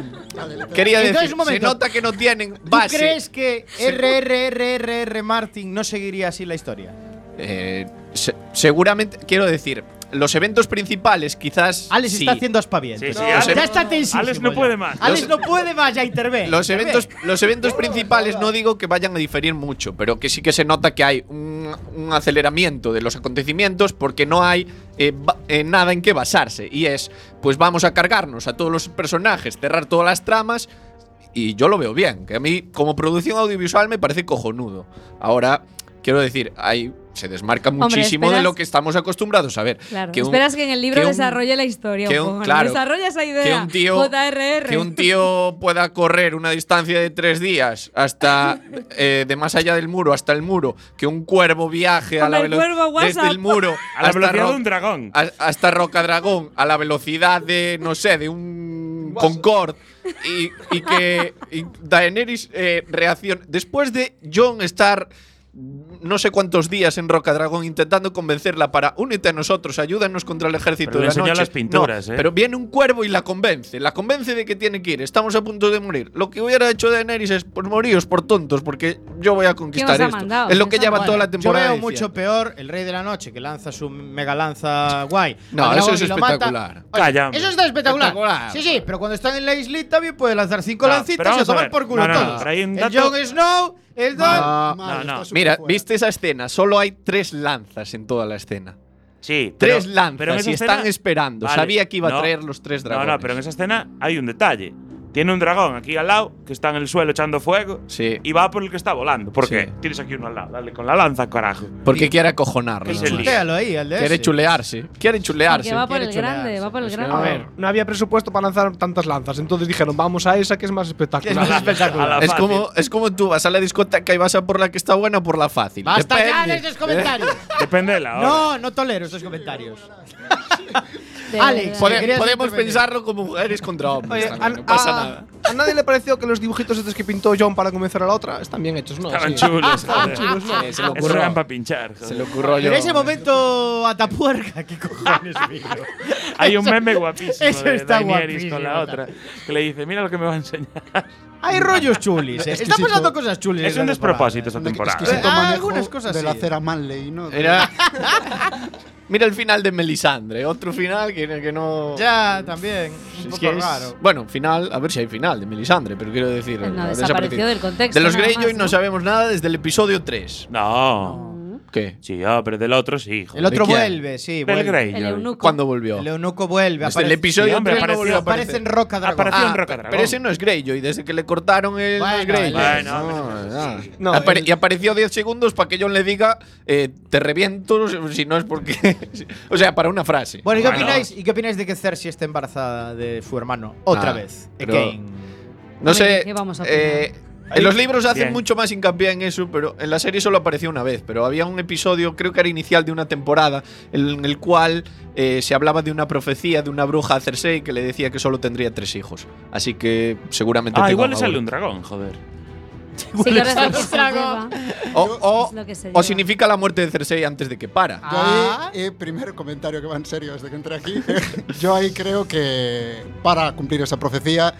J: quería
A: Entonces,
J: decir,
A: un momento.
J: se nota que no tienen
A: ¿Tú
J: base.
A: crees que RRRR Martin no seguiría así la historia?
J: Eh, se- seguramente, quiero decir, los eventos principales quizás.
A: Alex
J: sí.
A: está haciendo aspavientos.
J: Sí, sí, Alex-
A: ya está tensísimo.
J: Alex no
A: ya.
J: puede más.
A: Alex
J: Los-
A: no puede más, ya intervé.
J: Los
A: intervé.
J: eventos, los eventos principales no digo que vayan a diferir mucho, pero que sí que se nota que hay un, un aceleramiento de los acontecimientos porque no hay eh, ba- eh, nada en qué basarse. Y es, pues vamos a cargarnos a todos los personajes, cerrar todas las tramas. Y yo lo veo bien, que a mí como producción audiovisual me parece cojonudo. Ahora, quiero decir, hay, se desmarca
I: Hombre,
J: muchísimo de
I: esperas-
J: lo que estamos acostumbrados a ver.
I: Claro.
J: un-
I: Esperas que en el libro
J: que un-
I: desarrolle la historia. un
J: que un-
I: poco, ¿no?
J: claro,
I: Desarrolla esa idea.
J: que un tío-
I: JRR.
J: Que un tío pueda correr una distancia de tres días hasta eh, de más allá del muro hasta el muro, que un cuervo viaje a
I: Hombre,
J: la
I: el cuervo a
J: velocidad desde
I: WhatsApp.
J: el muro
C: A la
J: hasta
C: velocidad
J: Ro-
C: de un dragón.
J: a- hasta Roca Dragón a la velocidad de no sé de un Concorde y, y que y Daenerys eh, reacciona después de Jon estar no sé cuántos días en Roca Dragón intentando convencerla para únete a nosotros, ayúdanos contra el ejército
C: Pero le
J: de la
C: enseñó
J: noche".
C: las pinturas,
J: No,
C: ¿eh?
J: Pero viene un cuervo y la convence, la convence de que tiene que ir, estamos a punto de morir. Lo que hubiera hecho Daenerys es pues moríos por tontos porque yo voy a conquistar
I: nos ha
J: esto.
I: mandado?
J: es lo
I: ¿Qué
J: que
I: nos ha
J: lleva toda
A: Bueno,
J: la temporada.
A: Yo veo
J: diciendo.
A: mucho peor el Rey de la Noche que lanza su mega lanza guay.
J: No,
A: al
J: eso
A: dragón
J: es
A: y lo mata.
J: espectacular.
A: Oye,
C: Calla.
A: Eso está espectacular.
J: Espectacular.
A: Sí, sí, pero cuando están en la islita bien puede lanzar cinco
C: No, pero
A: lancitas y a
C: vamos a
A: tomar
C: ver.
A: por culo
C: No, no, no,
A: todos.
C: pero hay un
A: El
C: dato-
A: Jon Snow, el Don.
J: Ah,
E: Mal,
C: no, no.
E: está súper
J: Mira,
E: fuera.
J: ¿viste esa escena? Solo hay tres lanzas en toda la escena.
C: Sí,
J: Tres
C: pero-
J: lanzas
C: pero en esa
J: y están
C: escena-
J: esperando.
C: Vale,
J: Sabía que iba
C: no.
J: a traer los tres dragones.
C: No, no, pero en esa escena hay un detalle. Tiene un dragón aquí al lado que está en el suelo echando fuego
J: Sí.
C: y va por el que está volando. ¿Por
J: Sí.
C: qué? Tienes aquí uno al lado, dale con la lanza, carajo.
J: Porque quiere acojonarlo.
C: Es
J: ¿no?
C: el lío.
A: Chutealo ahí, al de
J: Quiere
A: ese.
J: chulearse. Quiere chulearse.
I: que va por
A: quiere
I: el grande,
A: chulearse.
I: va por el
J: Es que
I: grande.
J: no-
K: A ver, no había presupuesto para lanzar tantas lanzas, entonces dijeron, vamos a esa que es más
A: Que es
K: espectacular.
A: más espectacular.
C: A la
J: Es
C: fácil.
J: como, es como tú vas a la discoteca y vas a por la que está buena o por la fácil.
A: Basta ya de
J: Depende.
A: esos comentarios.
C: Depende de la hora.
A: No, no tolero esos comentarios.
I: De
A: Alex,
I: verdad.
J: Pode-
A: Querías
J: podemos
A: intervenir.
J: pensarlo como mujeres contra hombres.
K: Oye,
J: también,
K: a-
J: no pasa
B: ah,
K: a-
J: nada.
K: ¿A nadie le pareció que los dibujitos estos que pintó John para convencer a la otra están bien hechos, no?
C: Estaban
K: Sí.
C: chulos. joder.
K: chulos, ¿no?
J: Eh, se le
C: Eso
J: ocurrió.
C: eran para pinchar. joder.
J: Se le ocurrió yo.
A: En ese momento, Atapuerca, ¿qué cojones, amigo?
C: Hay un meme guapísimo
A: eso
C: de
A: está
C: Daenerys
A: guapísimo,
C: con la otra que le dice, mira lo que me va a enseñar.
A: Hay rollos chulis. eh. Están
E: Exquisito.
A: pasando cosas chulis.
C: es
A: esta
C: un
A: temporada.
C: despropósito esa
E: Un
C: temporada.
E: exquisito
A: Ah,
E: manejo
A: algunas cosas
E: de la
A: sí.
E: cera Manley, ¿no?
J: Era- Mira el final de Melisandre. Otro final que, que no.
A: Ya, también. Un
J: Es
A: poco
J: que es-
A: raro.
J: Bueno, final, a ver si hay final de Melisandre, pero quiero decir.
I: Pues No,
J: ha
I: desapareció del contexto,
J: De los
I: nada
J: Greyjoy
I: más,
J: ¿no?
I: ¿no?
J: sabemos nada desde el episodio 3.
C: No.
J: ¿Qué?
C: Sí, ah, pero del otro sí, hijo.
A: El otro
J: quién?
A: vuelve,
C: Del
A: sí. vuelve.
C: Greyjoy.
I: El eunuco.
J: ¿Cuándo volvió?
A: El eunuco vuelve.
J: Desde el
A: aparece-
J: episodio
C: Sí, hombre,
J: 3 no
C: apareció-
J: volvió a aparecer.
A: Aparece en Roca Dragón.
C: Apareció en
J: Ah,
C: Roca
J: pe-
C: Dragón.
J: pero ese no es Greyjoy, desde que le cortaron el no es
A: Bueno,
J: Greyjoy.
C: bueno,
J: No, no.
K: No,
J: Apare-
K: el-
J: Y apareció 10 segundos para que John le diga eh, te reviento si no es porque… o sea, para una frase.
A: Bueno, ¿y qué,
C: Bueno.
A: opináis, ¿y qué opináis de que Cersei esté embarazada de su hermano? Otra
J: Ah,
A: vez.
J: pero-
A: Again.
J: No
I: Hombre,
J: sé.
I: ¿qué vamos a
J: eh, en los libros hacen
C: Bien.
J: mucho más hincapié en eso, pero en la serie solo apareció una vez. Pero había un episodio, creo que era inicial de una temporada, en el cual eh, se hablaba de una profecía de una bruja a Cersei que le decía que solo tendría tres hijos. Así que seguramente.
C: Ah,
J: tenga
C: igual
J: un
C: le sale
J: abuelo.
C: un dragón, joder.
I: Sí, que ahora es lo que se lleva.
J: O, o-
I: Es lo que se
J: o
I: lleva.
J: significa la muerte de Cersei antes de que para.
E: Yo
A: Ah.
E: ahí, eh, primer comentario que va en serio desde que entré aquí. Yo ahí creo que para cumplir esa profecía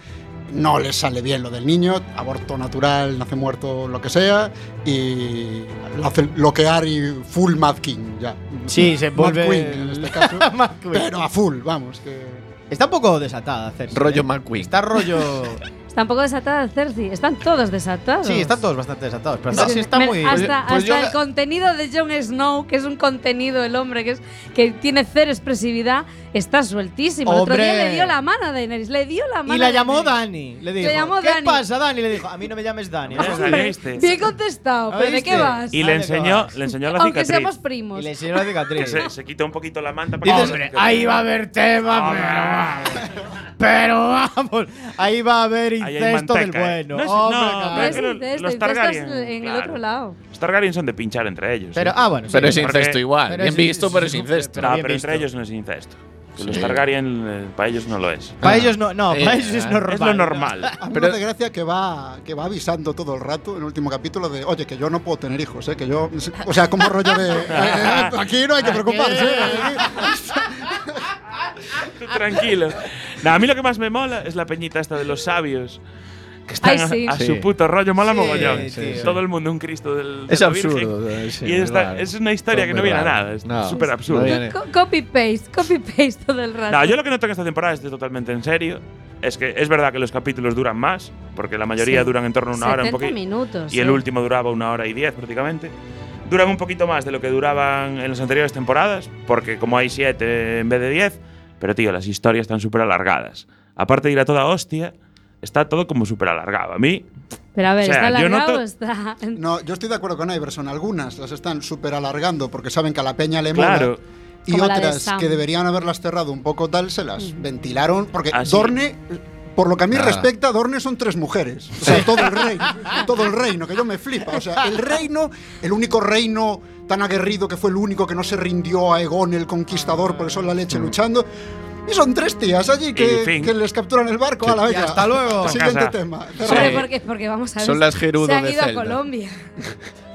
E: no les sale bien lo del niño, aborto natural, nace muerto, lo que sea, y lo hace lo que Ari full Mad King ya.
A: Sí, se
E: Mad
A: vuelve
E: Queen, en
A: el-
E: este caso.
A: Mad Queen.
E: pero a full, vamos. Que...
A: Está un poco desatada Cersei.
J: Rollo
A: ¿eh?
J: McQueen.
A: Está rollo.
I: Está un poco desatada Cersei. Están todos desatados.
A: sí, están todos bastante desatados. Pero
I: Es
A: Cersei
I: que
A: está
I: me-
A: muy.
I: Hasta,
J: Pues yo
I: hasta
J: la-
I: el contenido de Jon Snow, que es un contenido el hombre que es que tiene cero expresividad, está sueltísimo. El otro día
A: Hombre.
I: le dio la mano a Daenerys, le dio la mano.
A: Y la
I: a
A: llamó
I: Daenerys.
A: Dani. Le dijo,
I: llamó
A: ¿qué
I: Dani".
A: pasa, Dani? Le dijo, a mí no me llames Dani. ¿no?".
C: Hombre, Saliste.
I: Bien contestado, pero ¿de
A: ¿Oíste?
I: qué vas?
C: este. Y le
A: Dale,
C: enseñó,
A: cobarde.
C: le enseñó la
I: Aunque seamos
C: cicatriz.
I: primos.
A: Y le enseñó la
C: Que
A: cicatriz.
C: se, se quita un poquito la manta para
A: Dices,
C: que
A: "Hombre, ahí va a haber tema,
C: Hombre.
A: pero vamos. Pero vamos, ahí va a haber
C: hay
A: incesto del
C: manteca, eh.
A: bueno.
C: No es-
A: Hombre,
C: no,
A: cabrón.
I: No es
C: que lo-
I: incesto,
C: los
I: incesto es
C: Targaryen,
I: este, en el
C: claro.
I: otro lado.
C: Los Targaryen son de pinchar entre ellos.
A: Pero,
C: ¿eh?
A: ah, bueno. sí,
J: Pero es
A: no.
C: porque-
J: incesto igual.
A: pero
J: Bien
A: es-
J: visto,
A: sí,
J: pero es
A: sí,
J: incesto.
A: pero-
C: No,
A: bien
C: pero entre
A: visto.
C: ellos no es incesto. Que Los Targaryen, eh, para ellos no lo es.
A: Para ellos no, no, para
J: Eh,
A: ellos es normal.
C: Es lo normal.
E: A mí
J: Pero-
E: me hace gracia que va, que va avisando todo el rato en el último capítulo de, oye, que yo no puedo tener hijos, ¿eh? que yo, o sea, como rollo de, "Eh, eh, aquí no hay que preocuparse. ¿eh?
C: Tú Tranquilo. Nah, a mí lo que más me mola es la peñita esta de los sabios. que
I: Ay,
C: están a-
I: sí.
C: a,
J: Sí.
C: su puto rollo, mola
J: Sí,
C: mogollón.
J: sí, sí.
C: Todo el mundo un Cristo del. de
J: Es
C: la
J: absurdo,
C: Virgen.
J: sí,
C: y esta-
J: claro.
C: es una historia
J: Todo
C: que
J: muy
C: no viene a
J: raro.
C: nada. Es
J: No,
C: súper
J: no
C: absurdo.
J: viene.
I: Co- copy paste, copy paste todo el rato.
C: No, yo lo que noto en esta temporada, estoy totalmente en serio, es que es verdad que los capítulos duran más, porque la mayoría
I: Sí.
C: duran en torno a una hora, un
I: 70
C: poquito.
I: minutos,
C: Y el
I: sí.
C: último duraba una hora y diez prácticamente. Duran un poquito más de lo que duraban en las anteriores temporadas, porque como hay siete en vez de diez, pero tío, las historias están súper alargadas. Aparte de ir a toda hostia, está todo como súper alargado. A mí,
I: Pero a ver,
C: O sea,
I: ¿está
C: yo
I: alargado
C: noto-
I: o está.?
E: No, yo estoy de acuerdo con Iverson. Algunas las están súper alargando porque saben que a la peña le mola.
C: Claro.
E: Y
I: Como la de
E: otras
I: Sam.
E: que deberían haberlas cerrado un poco tal, se las ventilaron. Porque
J: Ah,
C: Así.
E: Dorne, por lo que a mí
C: Nada.
E: respecta, Dorne son tres mujeres. O sea, todo el reino. todo el reino, que yo me flipa. O sea, el reino, el único reino tan aguerrido que fue el único que no se rindió a Egon el conquistador porque son la
J: Mm.
E: leche luchando. Y son tres tías allí
J: Y
E: que,
J: fin.
E: que les capturan el barco. a la
J: Y
E: venga.
J: hasta luego.
E: Siguiente
J: Casa.
E: tema.
I: Hombre, porque, porque vamos a ver.
J: Son las Gerudo
I: Se han
J: de
I: ido
J: Zelda.
I: a Colombia.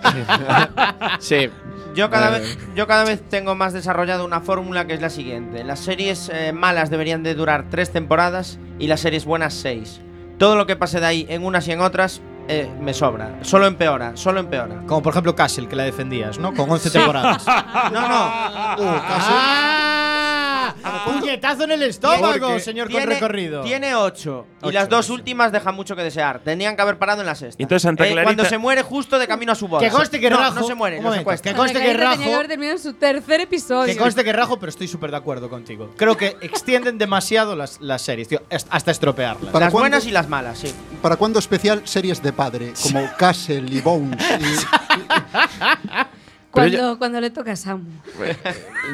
J: Sí.
B: Yo cada,
J: Eh,
B: vez, yo cada vez tengo más desarrollada una fórmula que es la siguiente. Las series eh, malas deberían de durar tres temporadas y las series buenas seis. Todo lo que pase de ahí en unas y en otras eh, me sobra. Solo empeora, solo empeora.
A: Como por ejemplo Castle, que la defendías, ¿no? Con 11 temporadas. Uh,
B: No, no.
C: Ah.
A: Puñetazo en el estómago,
B: Porque
A: señor con
B: tiene-
A: recorrido.
B: Tiene ocho. Y
A: Ocho,
B: las dos últimas dejan mucho que desear. Tenían que haber parado en la sexta. Eh,
C: Entonces, Santa Clarita-
B: cuando se muere justo de camino a su boda.
A: Que conste que
B: no,
A: Rajo-
B: no se muere,
A: un
B: no se
A: momento,
B: acuesta.
A: que conste que
I: Margarita tenía que
A: Rajo-
I: haber terminado en su tercer episodio.
A: Que conste que rajo, pero estoy súper de acuerdo contigo. Creo que extienden demasiado las, las series, tío, hasta- hasta estropearlas.
E: ¿Para Las cuándo? buenas y
B: las malas, sí.
E: ¿Para cuándo especial series de padre? Como Castle y Bones. y-
I: cuando, cuando le toca a Samu.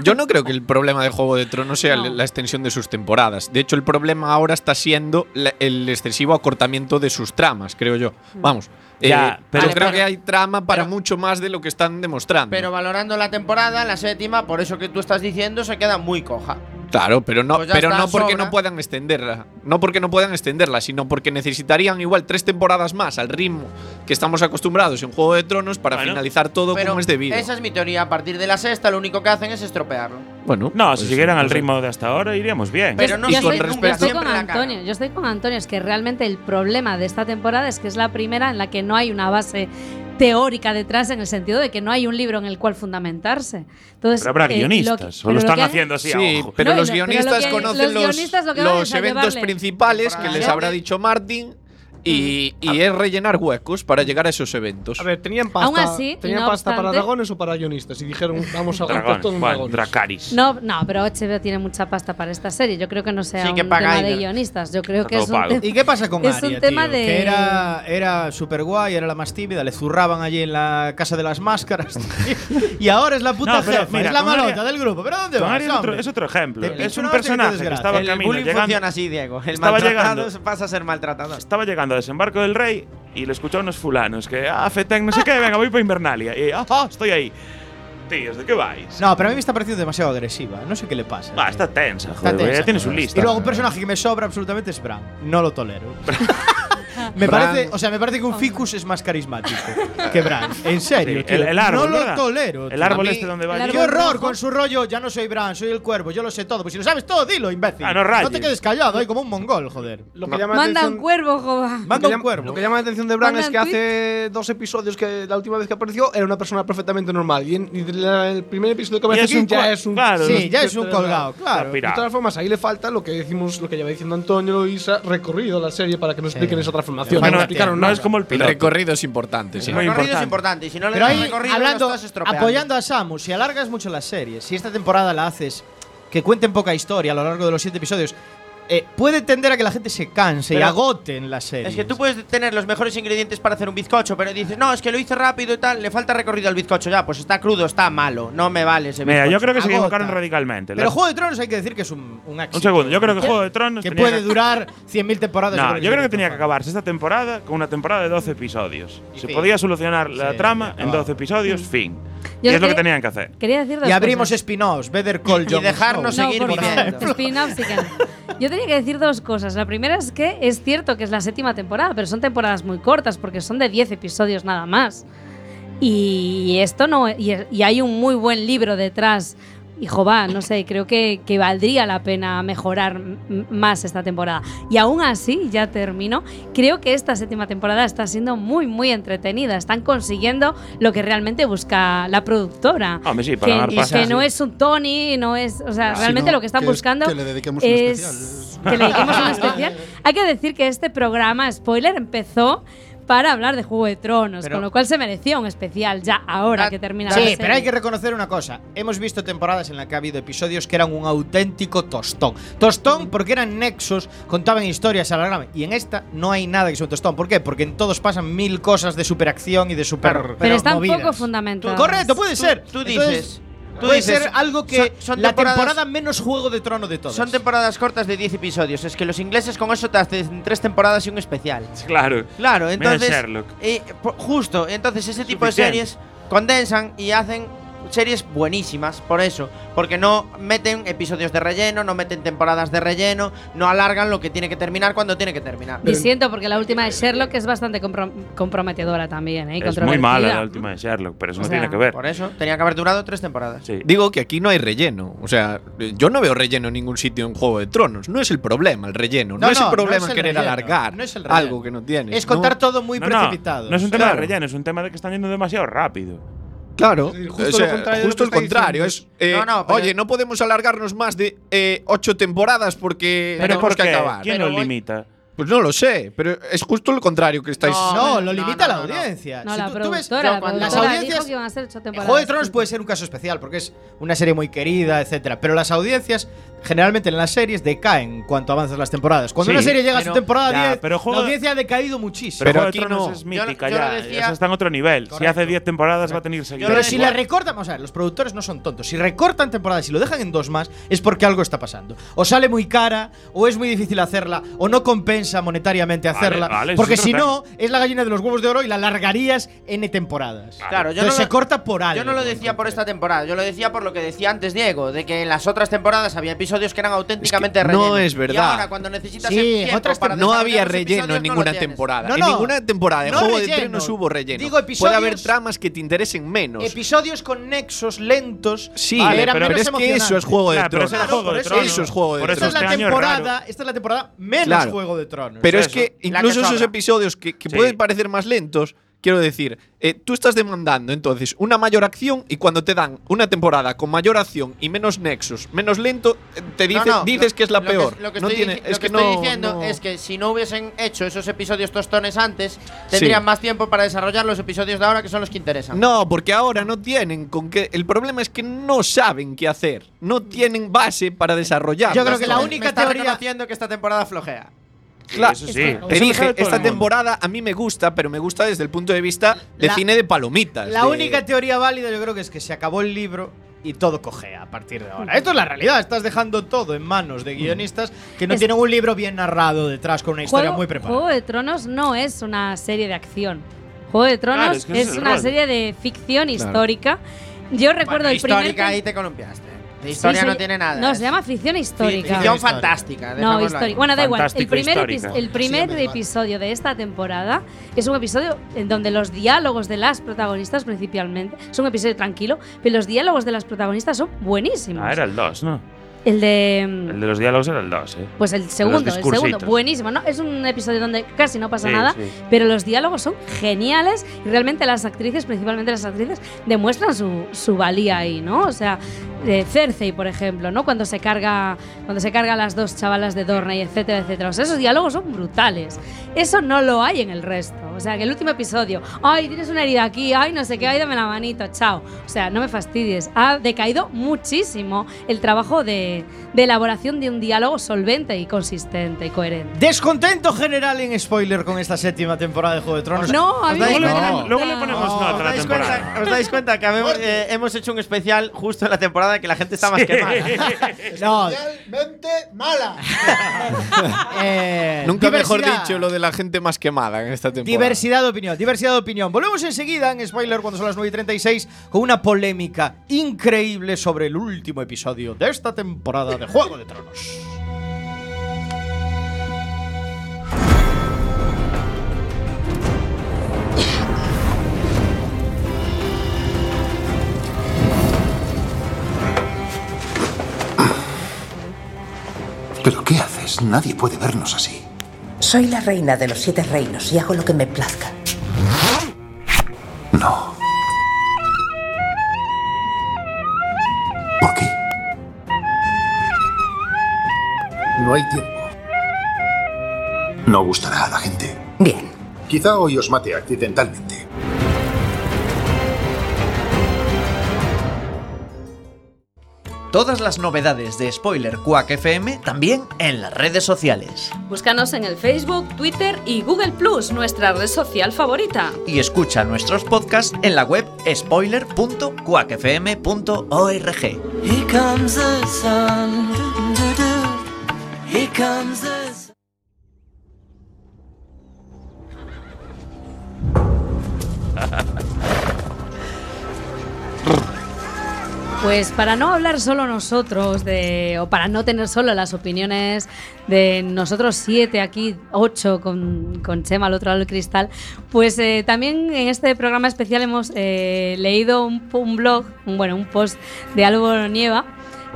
J: Yo no creo que el problema de Juego de Tronos sea la extensión de sus temporadas. De hecho, el problema ahora está siendo la- el excesivo acortamiento de sus tramas, creo yo. Vamos.
C: Ya, pero-
J: pero yo
C: Vale,
J: creo
C: pero-
J: que hay trama para mucho más de lo que están demostrando.
B: Pero valorando la temporada, la séptima, por eso que tú estás diciendo, se queda muy coja.
J: claro, pero no,
B: Pues ya
J: pero
B: está,
J: no porque
B: sobra.
J: no puedan extenderla. No porque no puedan extenderla, sino porque necesitarían igual tres temporadas más al ritmo que estamos acostumbrados en Juego de Tronos para finalizar todo
B: Pero
J: como es debido.
B: Esa es mi teoría. A partir de la sexta, lo único que hacen es estropearlo.
J: Bueno,
C: no, si
J: pues,
C: siguieran al
J: no sé.
C: ritmo de hasta ahora iríamos bien.
B: Pero no Y sé, con nunca
I: Yo estoy con
B: Siempre la cagan.
I: Antonio, yo estoy con Antonio. Es que realmente el problema de esta temporada es que es la primera en la que no hay una base teórica detrás en el sentido de que no hay un libro en el cual fundamentarse. Entonces,
C: Pero habrá
I: eh, lo
C: guionistas,
I: que-
C: o lo
I: pero
C: están
I: que han-
C: haciendo así a
J: Sí,
C: ojo.
J: pero
I: No, y
J: los
I: lo- pero lo
J: guionistas
I: que-
J: conocen
I: los
J: los,
I: guionistas lo que van
J: los
I: es a
J: eventos
I: llevarle
J: principales que
I: temporadas.
J: les habrá dicho Martin y, y es rellenar huecos para llegar a esos eventos.
K: A ver, tenían pasta,
I: Aún así,
K: tenían
I: no
K: pasta para
I: obstante-
K: dragones o para guionistas y dijeron, vamos a gastar
C: Dragones,
K: todo en
C: Juan,
K: dragones.
C: Dracaris.
I: No, no, pero HBO tiene mucha pasta para esta serie. Yo creo que no sea
B: Sí, que
I: un
B: paga
I: tema de
B: Iber.
I: guionistas. Yo creo
C: Está
I: que es
C: todo
I: un
C: pago.
I: tema.
A: ¿Y qué pasa con
I: Es
A: Arya,
I: un tema
A: tío?
I: de.
A: Que era, era súper guay, era la más tímida, le zurraban allí en la casa de las máscaras. tío. y ahora es la puta
C: No, pero
A: jefa,
C: mira,
A: es la
C: con Arya-
A: malota del grupo. ¿Pero dónde
C: Con
A: vas,
C: Arya es otro,
A: hombre?
C: es otro ejemplo.
A: Te
C: Es un
A: pinchas,
C: personaje
A: te
C: que estaba
A: desgracias.
C: en
B: El
C: camino
B: bullying
C: llegando.
B: funciona así, Diego. El
C: Estaba
B: maltratado
C: llegando. Este
B: pasa a ser maltratado.
C: Estaba llegando a desembarco del rey y le escuchó a unos fulanos que, ah, Fetén, no sé qué, venga, voy para Invernalia. Y, ah, ah, estoy ahí. Tíos, ¿de qué vais?
A: No, pero a mí me está pareciendo demasiado agresiva. No sé qué le pasa.
C: Va,
A: tío.
C: está tensa,
A: Está
C: joder. güey,
A: tensa.
C: ya tiene su lista.
A: Y luego un personaje que me sobra absolutamente es Bran. No lo tolero. me
J: Bran.
A: parece, o sea, me parece que un
I: Oh.
A: ficus es más carismático que Bran. En serio,
C: Sí,
A: tío.
C: el- el árbol,
A: no
C: ¿verdad?
A: lo tolero.
C: El
A: tío.
C: árbol
A: A mí-
C: este donde va.
I: El
C: allí.
A: Qué horror con su rollo. Ya no soy Bran, soy el cuervo, yo lo sé todo. Pues si lo sabes todo, dilo, imbécil.
C: Ah, no rayes.
A: te quedes callado, hay como un mongol, joder.
K: Lo que llama la
I: Manda un
K: atención-
I: cuervo, Jova.
K: lo que
A: Manda un
K: llama-
A: cuervo.
K: Lo que llama la atención de Bran
I: Manda
K: es
I: un
K: que hace dos episodios que la última vez que apareció era una persona perfectamente normal. Y, en, y de la- el primer episodio que
C: Y
K: aparece
C: es
K: aquí
C: un cua-
K: ya es un.
C: claro,
A: Sí, ya es un colgado, claro.
K: De todas formas, ahí le falta lo que decimos, lo que lleva diciendo Antonio y Isa, recorrido a la serie para que nos expliquen esa transformación.
C: Bueno,
K: no explicaron
C: no
K: nada.
C: es como el
J: El
C: piloto.
J: recorrido es importante, sí.
C: Muy
B: El recorrido es
C: importante.
B: importante. Y si no le
A: Pero
B: das
A: ahí,
B: recorrido,
A: hablando,
B: lo estás estropeando.
A: apoyando a Samus, si alargas mucho las series, si esta temporada la haces que cuenten poca historia a lo largo de los siete episodios, eh, puede tender a que la gente se canse y
B: Pero-
A: agote en las series.
B: Es que tú puedes tener los mejores ingredientes para hacer un bizcocho, pero dices, no, es que lo hice rápido y tal, le falta recorrido al bizcocho ya, pues está crudo, está malo, no me vale ese
C: Mira,
B: bizcocho. Ah,
C: yo creo que se
A: Agota.
C: equivocaron radicalmente.
A: Pero
C: Las-
A: Juego de Tronos hay que decir que es un, un éxito.
C: Un segundo, yo creo que Juego de Tronos.
A: Que
C: tenía
A: puede durar 100.000 temporadas.
C: No, yo creo que tenía que
A: acabar.
C: acabarse esta temporada con una temporada de 12 episodios.
A: Y
C: Se
A: fin.
C: podía solucionar la
A: Sí,
C: trama
A: acabado.
C: en 12 episodios, fin. Y
I: Yo
C: es lo que
I: que-
C: tenían que hacer.
I: Quería decir dos
A: Y abrimos
I: cosas.
A: spin-offs, Better Call
B: Y
A: Jon
B: dejarnos
A: Snow.
I: No,
B: seguir
I: por
B: viviendo.
I: favor, spin-offs sí que no. Yo tenía que decir dos cosas. La primera es que es cierto que es la séptima temporada, pero son temporadas muy cortas porque son de 10 episodios nada más. Y esto no y, y hay un muy buen libro detrás hijo va, no sé, creo que, que valdría la pena mejorar m- más esta temporada. Y aún así, ya termino, creo que esta séptima temporada está siendo muy, muy entretenida. Están consiguiendo lo que realmente busca la productora.
C: Hombre, sí, para
I: que,
C: dar pasas,
I: que no
C: sí.
I: es un Tony, no es. O sea,
C: Ah,
I: realmente
C: sino
I: lo que están
C: que es-
I: buscando
C: que le dediquemos un
I: es. Que le dediquemos un especial. Hay que decir que este programa, spoiler, empezó. Para hablar de Juego de Tronos,
A: Pero-
I: con lo cual se merecía un especial ya ahora que termina la
A: Sí,
I: serie.
A: pero hay que reconocer una cosa. Hemos visto temporadas en las que ha habido episodios que eran un auténtico tostón. Tostón porque eran nexos, contaban historias a la grama. Y en esta no hay nada que sea un tostón. ¿Por qué? Porque en todos pasan mil cosas de superacción y de super.
B: Claro,
I: Pero están
A: movidas.
I: poco fundamentadas.
A: Correcto, puede ser.
B: Tú dices.
A: Entonces,
B: tú
A: puede
B: dices,
A: ser algo que
B: son- son
A: la
B: temporadas-
A: temporada menos juego de trono de todas.
B: Son temporadas cortas de 10 episodios. Es que los ingleses con eso te hacen tres temporadas y un especial.
C: Claro.
B: Claro, entonces.
C: Sherlock.
B: eh, po- justo, entonces ese tipo
C: Suficiente.
B: de series condensan y hacen series buenísimas, por eso. Porque no meten episodios de relleno, no meten temporadas de relleno, no alargan lo que tiene que terminar cuando tiene que terminar.
I: Disiento, porque la última de Sherlock es bastante comprom- comprometedora también, ¿eh? Y
C: Es muy mala la
I: controvertida.
C: última de Sherlock, pero eso
I: O
C: no
I: sea,
C: tiene que ver.
B: Por eso, tenía que haber durado tres temporadas.
J: Digo que aquí no hay relleno. O sea, yo no veo relleno en ningún sitio en Juego de Tronos. No es el problema el relleno. No,
A: No,
J: es
A: no,
J: el
A: no
J: problema
A: es el
J: querer
A: relleno,
J: alargar
A: no es el relleno.
J: algo que no tienes.
A: Es contar
J: ¿no?
A: todo muy
C: No, no,
A: precipitado.
C: No, es un tema
J: Claro.
C: de relleno, es un tema de que están yendo demasiado rápido.
J: Claro,
C: justo
J: o
C: lo
J: sea,
C: contrario de lo
J: justo
C: que
J: el
C: está
J: contrario. Es,
C: diciendo.
J: eh,
C: No, no, pero-
J: oye, no podemos alargarnos más de eh, ocho temporadas porque
C: Pero
J: tenemos
C: ¿por
J: que
C: qué?
J: acabar.
C: ¿Quién lo limita?
J: Pues no lo sé, pero es justo lo contrario que estáis.
A: No, lo limita la audiencia.
I: No,
A: Si
I: la
A: tú- tú ves-
I: productora, la
A: las
I: productora dijo
A: audiencias
I: que iban a ser ocho temporadas.
A: Juego de Tronos puede ser un caso especial porque es una serie muy querida, etcétera, pero las audiencias generalmente en las series decaen cuanto avanzan las temporadas. Cuando
C: Sí.
A: una serie llega a su
C: Pero-
A: temporada
C: Ya,
A: 10,
C: pero Juego
A: la
C: de-
A: audiencia ha decaído muchísimo.
C: Pero, Juego de Tronos es mítica ya. esa está en otro nivel. Si hace 10 temporadas va a tener seguidores.
A: Pero si la recortan, vamos a ver, los productores no son tontos. Si recortan temporadas y lo dejan en dos más, es porque algo está pasando. O sale muy cara, o es muy difícil hacerla, o no compensa monetariamente
C: Vale,
A: hacerla.
C: vale,
A: porque
C: eso es
A: si
C: otro
A: no, es la gallina de los huevos de oro y la largarías N temporadas.
B: Claro, yo
A: Entonces
B: no
A: se
B: lo-
A: corta por algo.
B: Yo no lo decía por esta temporada, yo lo decía por lo que decía antes Diego, de que en las otras temporadas había episodios que eran auténticamente
J: no
B: relleno.
J: es
B: Y
J: verdad.
B: ahora cuando necesitas
A: Sí,
B: el
A: en
B: tiempo
A: otras
B: para
J: No había
B: desarrollar los
J: relleno en
B: episodios, no lo
J: ninguna
B: tienes.
J: temporada.
A: No,
J: En
A: no.
J: ninguna temporada de
A: No
J: Juego de
A: relleno.
J: Tronos hubo relleno.
A: Digo,
J: Puede
A: episodios-
J: haber tramas que te interesen menos.
A: Episodios con nexos lentos.
J: Sí,
A: que
J: Vale,
A: eran
J: pero
A: menos
J: es que eso es
A: emocionantes.
J: Juego de
C: Claro, pero
J: Tronos.
C: eso era Juego
A: por
C: de
A: eso-
C: Tronos.
J: Eso es Juego de
C: Por eso
A: Esta es
J: Tronos.
A: la
C: este año es
A: temporada,
C: raro.
A: esta es la temporada menos
J: Claro.
A: Juego de Tronos.
J: Pero es
C: Eso,
J: que
B: la
J: incluso
B: que
J: esos
B: sobra.
J: episodios que, que
C: Sí.
J: pueden parecer más lentos, quiero decir, eh, tú estás demandando entonces una mayor acción y cuando te dan una temporada con mayor acción y menos nexos, menos lento, eh, te
B: No,
J: dicen,
B: no,
J: dices
B: lo-
J: que es la
B: lo
J: peor.
B: lo que
J: no
B: estoy,
J: tiene,
B: dici-
J: es
B: lo que
J: que
B: estoy
J: no-
B: diciendo
J: no-
B: es que si no hubiesen hecho esos episodios tostones antes, tendrían más tiempo para desarrollar los episodios de ahora que son los que interesan.
J: No, porque ahora no tienen con qué. El problema es que no saben qué hacer. No tienen base para desarrollar.
A: Yo creo que la
B: Me- me
A: única
B: está
A: teoría-
B: reconociendo que esta temporada flojea.
J: Claro,
C: Eso sí.
J: Te
C: Eso lo sabe
J: dije,
C: todo el
J: esta
C: mundo.
J: temporada a mí me gusta, pero me gusta desde el punto de vista de
A: La-
J: cine de palomitas.
A: La
J: de-
A: única teoría válida yo creo que es que se acabó el libro y todo cogea a partir de ahora. Esto es la realidad, estás dejando todo en manos de guionistas que no
I: Es-
A: tienen un libro bien narrado detrás con una historia
I: Juego-
A: muy preparada.
I: Juego de Tronos no es una serie de acción. Juego de Tronos
C: Claro,
I: es,
C: es que ese es el
I: una
C: rol.
I: serie de ficción
J: Claro.
I: histórica. Yo recuerdo
B: Bueno,
I: el primer.
B: histórica
I: tem-
B: ahí te columpiaste. De
I: Sí,
B: historia
I: se-
B: no tiene nada. ¿eh?
I: No,
B: Es
I: se llama ficción histórica.
B: Ficción fantástica.
I: No,
B: dejémoslo ahí.
I: histórica. Bueno, da igual. El
C: Fantástico,
I: primer,
C: histórica.
I: epi- el primer episodio de esta temporada es un episodio en donde los diálogos de las protagonistas, principalmente, es un episodio tranquilo, pero los diálogos de las protagonistas son buenísimos.
C: Ah, era el 2, ¿no?
I: El de. mm,
C: El de los diálogos era el 2, ¿eh?
I: Pues el segundo, el segundo,
C: discursitos.
I: buenísimo, ¿no? Es un episodio donde casi no pasa
C: Sí,
I: nada,
C: sí.
I: pero los diálogos son geniales y realmente las actrices, principalmente las actrices, demuestran su, su valía ahí, ¿no? O sea, eh, Cersei, por ejemplo, ¿no? Cuando se carga cuando se carga a las dos chavalas de Dorney, etcétera, etcétera. O sea, esos diálogos son brutales. Eso no lo hay en el resto. O sea, que el último episodio, ay, tienes una herida aquí, ay, no sé qué, ay, dame la manito, chao. O sea, no me fastidies. Ha decaído muchísimo el trabajo de, de elaboración de un diálogo solvente y consistente y coherente.
A: Descontento general en spoiler con esta séptima temporada de Juego de Tronos.
I: No, a mí me
C: Luego, le-
I: encanta.
C: luego le ponemos nota a
B: ¿Os
C: la
B: dais, cuenta,
C: temporada.
B: os dais cuenta que habemos- eh, hemos hecho un especial justo en la temporada que la gente está más quemada?
A: eh, No,
E: Realmente mala.
A: eh,
J: Nunca mejor
A: diversidad.
J: dicho lo de la gente más quemada en esta temporada.
A: Diversidad de opinión, diversidad de opinión. Volvemos enseguida en spoiler cuando son las 9.36 con una polémica increíble sobre el último episodio de esta temporada de Juego de Tronos.
F: ¿Pero qué haces? Nadie puede vernos así.
G: Soy la reina de los siete reinos y hago lo que me plazca.
F: No. ¿Por qué?
L: No hay tiempo.
F: No gustará a la gente.
G: Bien.
L: Quizá hoy os mate accidentalmente.
H: Todas las novedades de Spoiler Quack FM también en las redes sociales.
M: Búscanos en el Facebook, Twitter y Google Plus, nuestra red social favorita.
H: Y escucha nuestros podcasts en la web spoiler.quackfm.org.
N: Here comes the sun. Here comes the
I: Pues para no hablar solo nosotros de, o para no tener solo las opiniones de nosotros siete aquí, ocho con, con Chema al otro lado del cristal, pues eh, también en este programa especial hemos eh, leído un, un blog, un- bueno, un post pues, de Álvaro Nieva,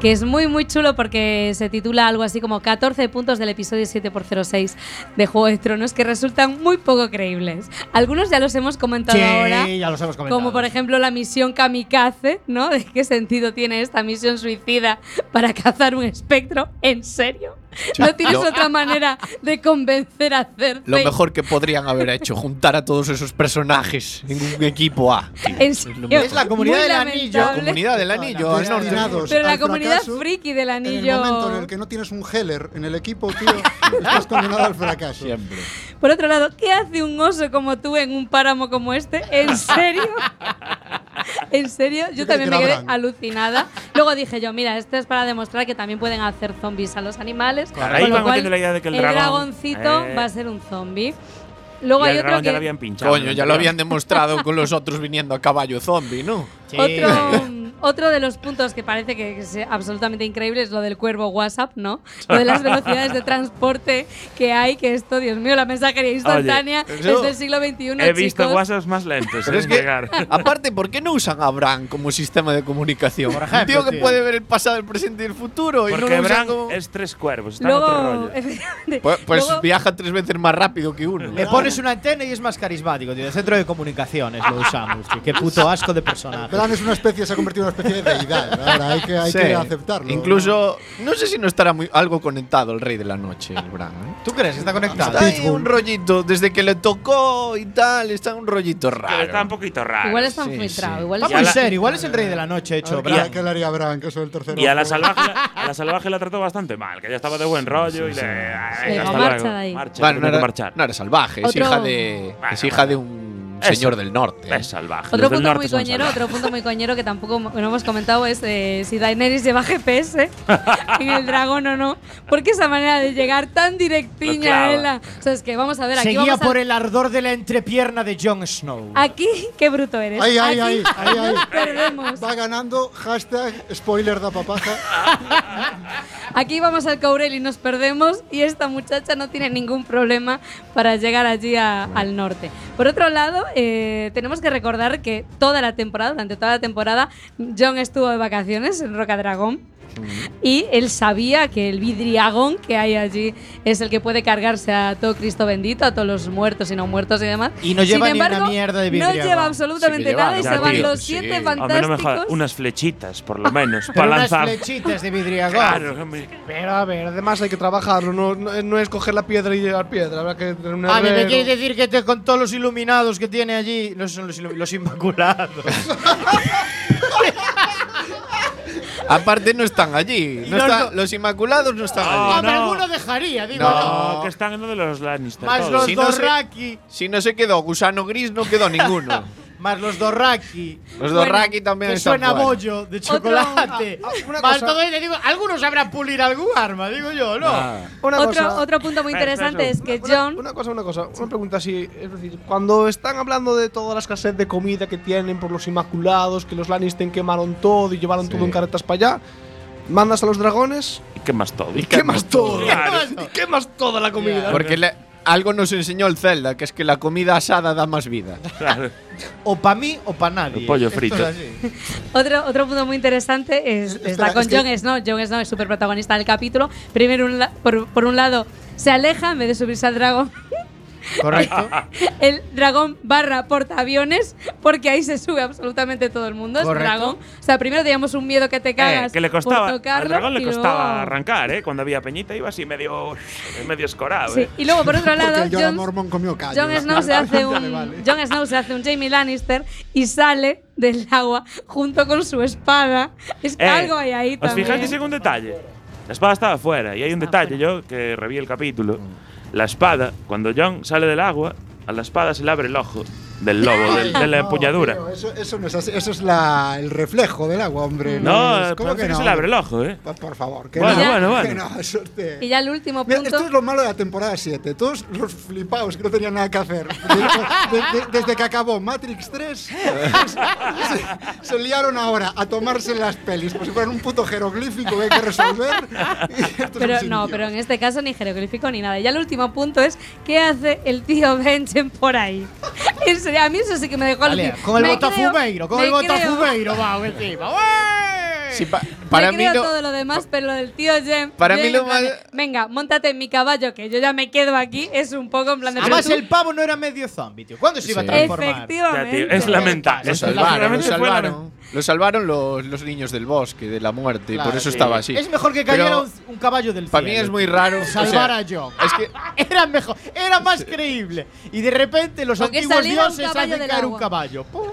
I: que es muy muy chulo porque se titula algo así como 14 puntos del episodio 7x06 de Juego de Tronos que resultan muy poco creíbles. Algunos ya los hemos comentado
A: Sí,
I: ahora.
A: ya los hemos comentado.
I: Como por ejemplo la misión kamikaze, ¿no? ¿De qué sentido tiene esta misión suicida para cazar un espectro? ¿En serio? ¿No tienes
J: Lo-
I: otra manera de convencer a Cersei?
J: Lo mejor que podrían haber hecho, juntar a todos esos personajes en un equipo A. tío.
I: En
J: lo
I: serio,
J: mejor.
A: Es la comunidad
I: muy
A: del
I: lamentable.
J: anillo. La comunidad del anillo,
E: Todos
J: al norte.
E: destinados
I: Pero la
E: al
I: comunidad
E: fracaso.
I: friki del
E: En el
I: anillo.
E: momento en el que no tienes un Heller en el equipo, tío, estás condenado al fracaso.
J: Siempre.
I: Por otro lado, ¿qué hace un oso como tú en un páramo como este? ¿En serio? ¿En serio? Yo
M: Yo creí que
I: también me
M: la
I: quedé
M: habrán.
I: alucinada. Luego dije yo, mira, esto es para demostrar que también pueden hacer zombies a los animales.
C: Claro, ahí
I: con lo
C: van
I: cual,
C: metiendo la idea de que el dragón-
I: dragoncito
C: Eh.
I: va a ser un zombie. Luego
C: Y
I: hay
C: al
I: otro
C: dragón ya lo
I: que,
C: habían pinchado.
J: Coño, ya lo habían demostrado con los otros viniendo a caballo zombie, ¿no?
I: Otro,
C: Eh,
I: otro de los puntos que parece que es absolutamente increíble es lo del cuervo WhatsApp, ¿no? Lo de las velocidades de transporte que hay, que esto, Dios mío, la mensajería instantánea
J: Oye,
I: es
J: yo
I: del siglo XXI,
C: He visto
I: chicos.
C: WhatsApps más lentos.
J: Pero
C: eh,
J: es
C: en
J: que,
C: llegar.
J: aparte, ¿por qué no usan a Bran como sistema de comunicación?
C: Por ejemplo,
J: Un tío que
C: tío.
J: puede ver el pasado, el presente y el futuro. y no
C: Porque
J: lo usan
C: Bran
J: como-
C: es tres cuervos. Está en otro
I: Luego,
C: rollo.
I: efectivamente,
J: Pues, pues
I: luego-
J: viaja tres veces más rápido que uno.
A: Le pones una antena y es más carismático, tío. El centro de comunicaciones lo usamos, tío. Qué puto asco de personaje.
E: Bran es una especie, se ha convertido en una especie de deidad. Ahora hay que, hay
J: Sí.
E: que aceptarlo.
J: Incluso, no sé si no estará muy, algo conectado el Rey de la Noche, el Bran. ¿eh?
A: ¿Tú crees que está conectado?
J: Está ahí un rollito, desde que le tocó y tal, está un rollito raro.
C: Está un poquito raro.
I: Igual está infiltrado, igual está-
A: Está muy serio, igual es el rey de la noche hecho.
E: ¿Qué,
A: Bran.
E: ¿Qué le haría Bran? Que soy el tercero.
C: Y a la salvaje, a la salvaje la trató bastante mal, que ya estaba de buen rollo y le. Ay,
I: Venga,
C: hasta
I: marcha
C: luego.
I: de ahí.
C: Marcha,
J: Bueno,
C: que
J: no,
C: tengo que
J: era,
C: marchar.
J: no era salvaje, es
I: Otro-
J: hija de, es hija de un
C: Es-
J: señor del norte.
C: Es salvaje.
I: Otro punto muy coñero, otro punto muy coñero que tampoco mo- no hemos comentado es eh, si Daenerys lleva GPS en el dragón o no. Porque esa manera de llegar tan
A: Lo
I: directiña,
A: clava.
I: Ela. O sea, es que vamos a ver aquí.
A: Seguía
I: vamos a-
A: por el ardor de la entrepierna de Jon Snow.
I: Aquí, qué bruto eres.
E: Ahí, ahí,
I: Aquí
E: ahí, ahí, ahí.
I: nos perdemos.
E: Va ganando hashtag spoiler da papaja.
I: Aquí vamos al Courel y nos perdemos y esta muchacha no tiene ningún problema para llegar allí a- al norte. Por otro lado, eh, tenemos que recordar que toda la temporada, durante toda la temporada, John estuvo de vacaciones en Roca Dragón y él sabía que el vidriagón que hay allí es el que puede cargarse a todo Cristo bendito, a todos los muertos y no muertos y demás.
A: Y no
I: Sin
A: lleva ni una
I: embargo,
A: mierda de
I: No
A: vidriagón.
I: lleva absolutamente
A: Sí que
I: nada y
A: lleva,
I: se van
C: tío,
I: los
C: sí.
I: siete
C: Hombre, no me
I: fantásticos.
C: jodas, unas flechitas, por lo menos,
A: Pero
C: para
A: unas
C: lanzar.
A: flechitas de vidriagón.
C: Claro, hombre.
K: Pero a ver, además hay que trabajarlo, no, no, no es coger la piedra y llevar piedra, habrá que tener un
A: Ah, ¿me- me
K: herrero.
A: quieres decir que te- con todos los iluminados que tiene allí, no son los, ilu- los inmaculados.
J: Aparte no están allí, no
A: No, Ah.
J: están-
A: no.
J: los Inmaculados no están allí.
A: Hombre, alguno dejaría, digo.
J: No.
C: No, que están en lo de los Lannister.
A: Más
C: todos.
A: los
J: Si no se-
A: Dorraki.
J: Si no se quedó gusano gris, no quedó ninguno.
A: Más los Dorraki.
J: Los Dorraki también
A: Que
J: están
A: suena a
J: fuera.
A: bollo de chocolate.
I: Ah,
K: una
A: Más
K: cosa-
A: todo ello, digo, algunos sabrán pulir algún arma, digo yo, ¿no?
K: Ah. Una
I: Otro,
K: cosa.
I: otro punto muy
K: Espera,
I: interesante es
K: espera,
I: que
K: una-
I: John
K: Una, cosa, una cosa, una pregunta así. Es decir, cuando están hablando de toda la escasez de comida que tienen por los Inmaculados, que los Lannister quemaron todo y llevaron todo en carretas para allá, mandas a los dragones
C: Y quemas todo. Eh,
K: y quemas todo.
C: Claro.
K: Y quemas toda la comida.
J: Porque, la- algo nos enseñó el Zelda, que es que la comida asada da más vida.
A: o para mí o para nadie.
J: El pollo
A: Esto
J: frito.
A: es así.
I: Otro, otro punto muy interesante es, está
A: Espera,
I: con
A: es que-
I: Jon Snow. Jon Snow es súper protagonista del capítulo. Primero, un la- por, por un lado, se aleja en vez de subirse al dragón.
A: Correcto.
I: El dragón barra portaaviones, porque ahí se sube absolutamente todo el mundo.
C: Correcto. Eh,
I: Es dragón. O sea, primero teníamos un miedo que te cagas.
C: que le
I: por
C: costaba, al
I: tocarlo,
C: dragón le
I: y luego-
C: costaba arrancar, ¿eh? Cuando había peñita iba así medio, medio escorado.
I: Sí,
C: ¿eh?
I: y luego por otro lado,
E: Porque el Jorah
I: Jon-
E: Mormon comió callo.
I: Jon Snow se hace un Jon Snow se hace un Jamie Lannister y sale del agua junto con su espada. Es que
C: Eh,
I: algo hay ahí
C: ¿Os
I: también.
C: fijáis en un detalle? La espada estaba fuera y hay un detalle yo que reví el capítulo. La espada, cuando John sale del agua, a la espada se le abre el ojo del lobo, del- de la
E: No,
C: empuñadura.
E: tío, eso, eso no es así, eso es la- el reflejo del agua, hombre.
C: No,
E: es- eh. ¿cómo
C: parece que, se le abre el ojo, ¿eh?
E: Por, favor, que
C: Bueno,
E: no,
C: bueno, bueno.
E: que no, eso es de-
I: Y ya el último
E: Mira,
I: punto.
E: esto es lo malo de la temporada 7. Todos los flipados que no tenían nada que hacer. De- de- desde que acabó Matrix 3, se, se liaron ahora a tomarse las pelis. Pues si fueran un puto jeroglífico que hay que resolver.
I: pero
E: un
I: no,
E: sitio.
I: pero en este caso ni jeroglífico ni nada. Ya el último punto es ¿qué hace el tío Benjen por ahí? En serio, a mí eso sí que me dejó
A: Vale,
I: alucin-
A: con el
I: Me creo-
A: botafumeiro, con
I: me
A: el
I: creo-
A: botafumeiro, vamos encima.
J: Sí, pa- para
I: me
J: mí
I: creo
J: no.
I: todo lo demás, pero lo del tío Jem.
J: Para
I: Jem
J: mí lo
I: en plan de,
J: más-
I: Venga, montate en mi caballo, que yo ya me quedo aquí. Es un poco en plan de.
A: Además,
I: pero tú-
A: el pavo no era medio zombie, tío. ¿Cuándo se iba a
J: Sí.
A: transformar?
I: Efectivamente.
J: tío,
C: es lamentable.
J: Lo
C: Es
J: salvaron, lo
C: lamentable, fue
J: salvaron. Lo salvaron los, los niños del bosque, de la muerte,
A: Claro,
J: por eso
A: sí.
J: estaba así.
A: Es mejor que
J: Pero
A: cayera un, un caballo del cielo.
J: para mí es muy raro, o
A: Salvar
J: sea,
A: a John. era mejor, era más creíble. Y de repente los
I: Porque
A: antiguos
I: saliera un
A: dioses
I: caballo
A: hacen
I: del
A: caer un
I: agua.
A: caballo. Pum,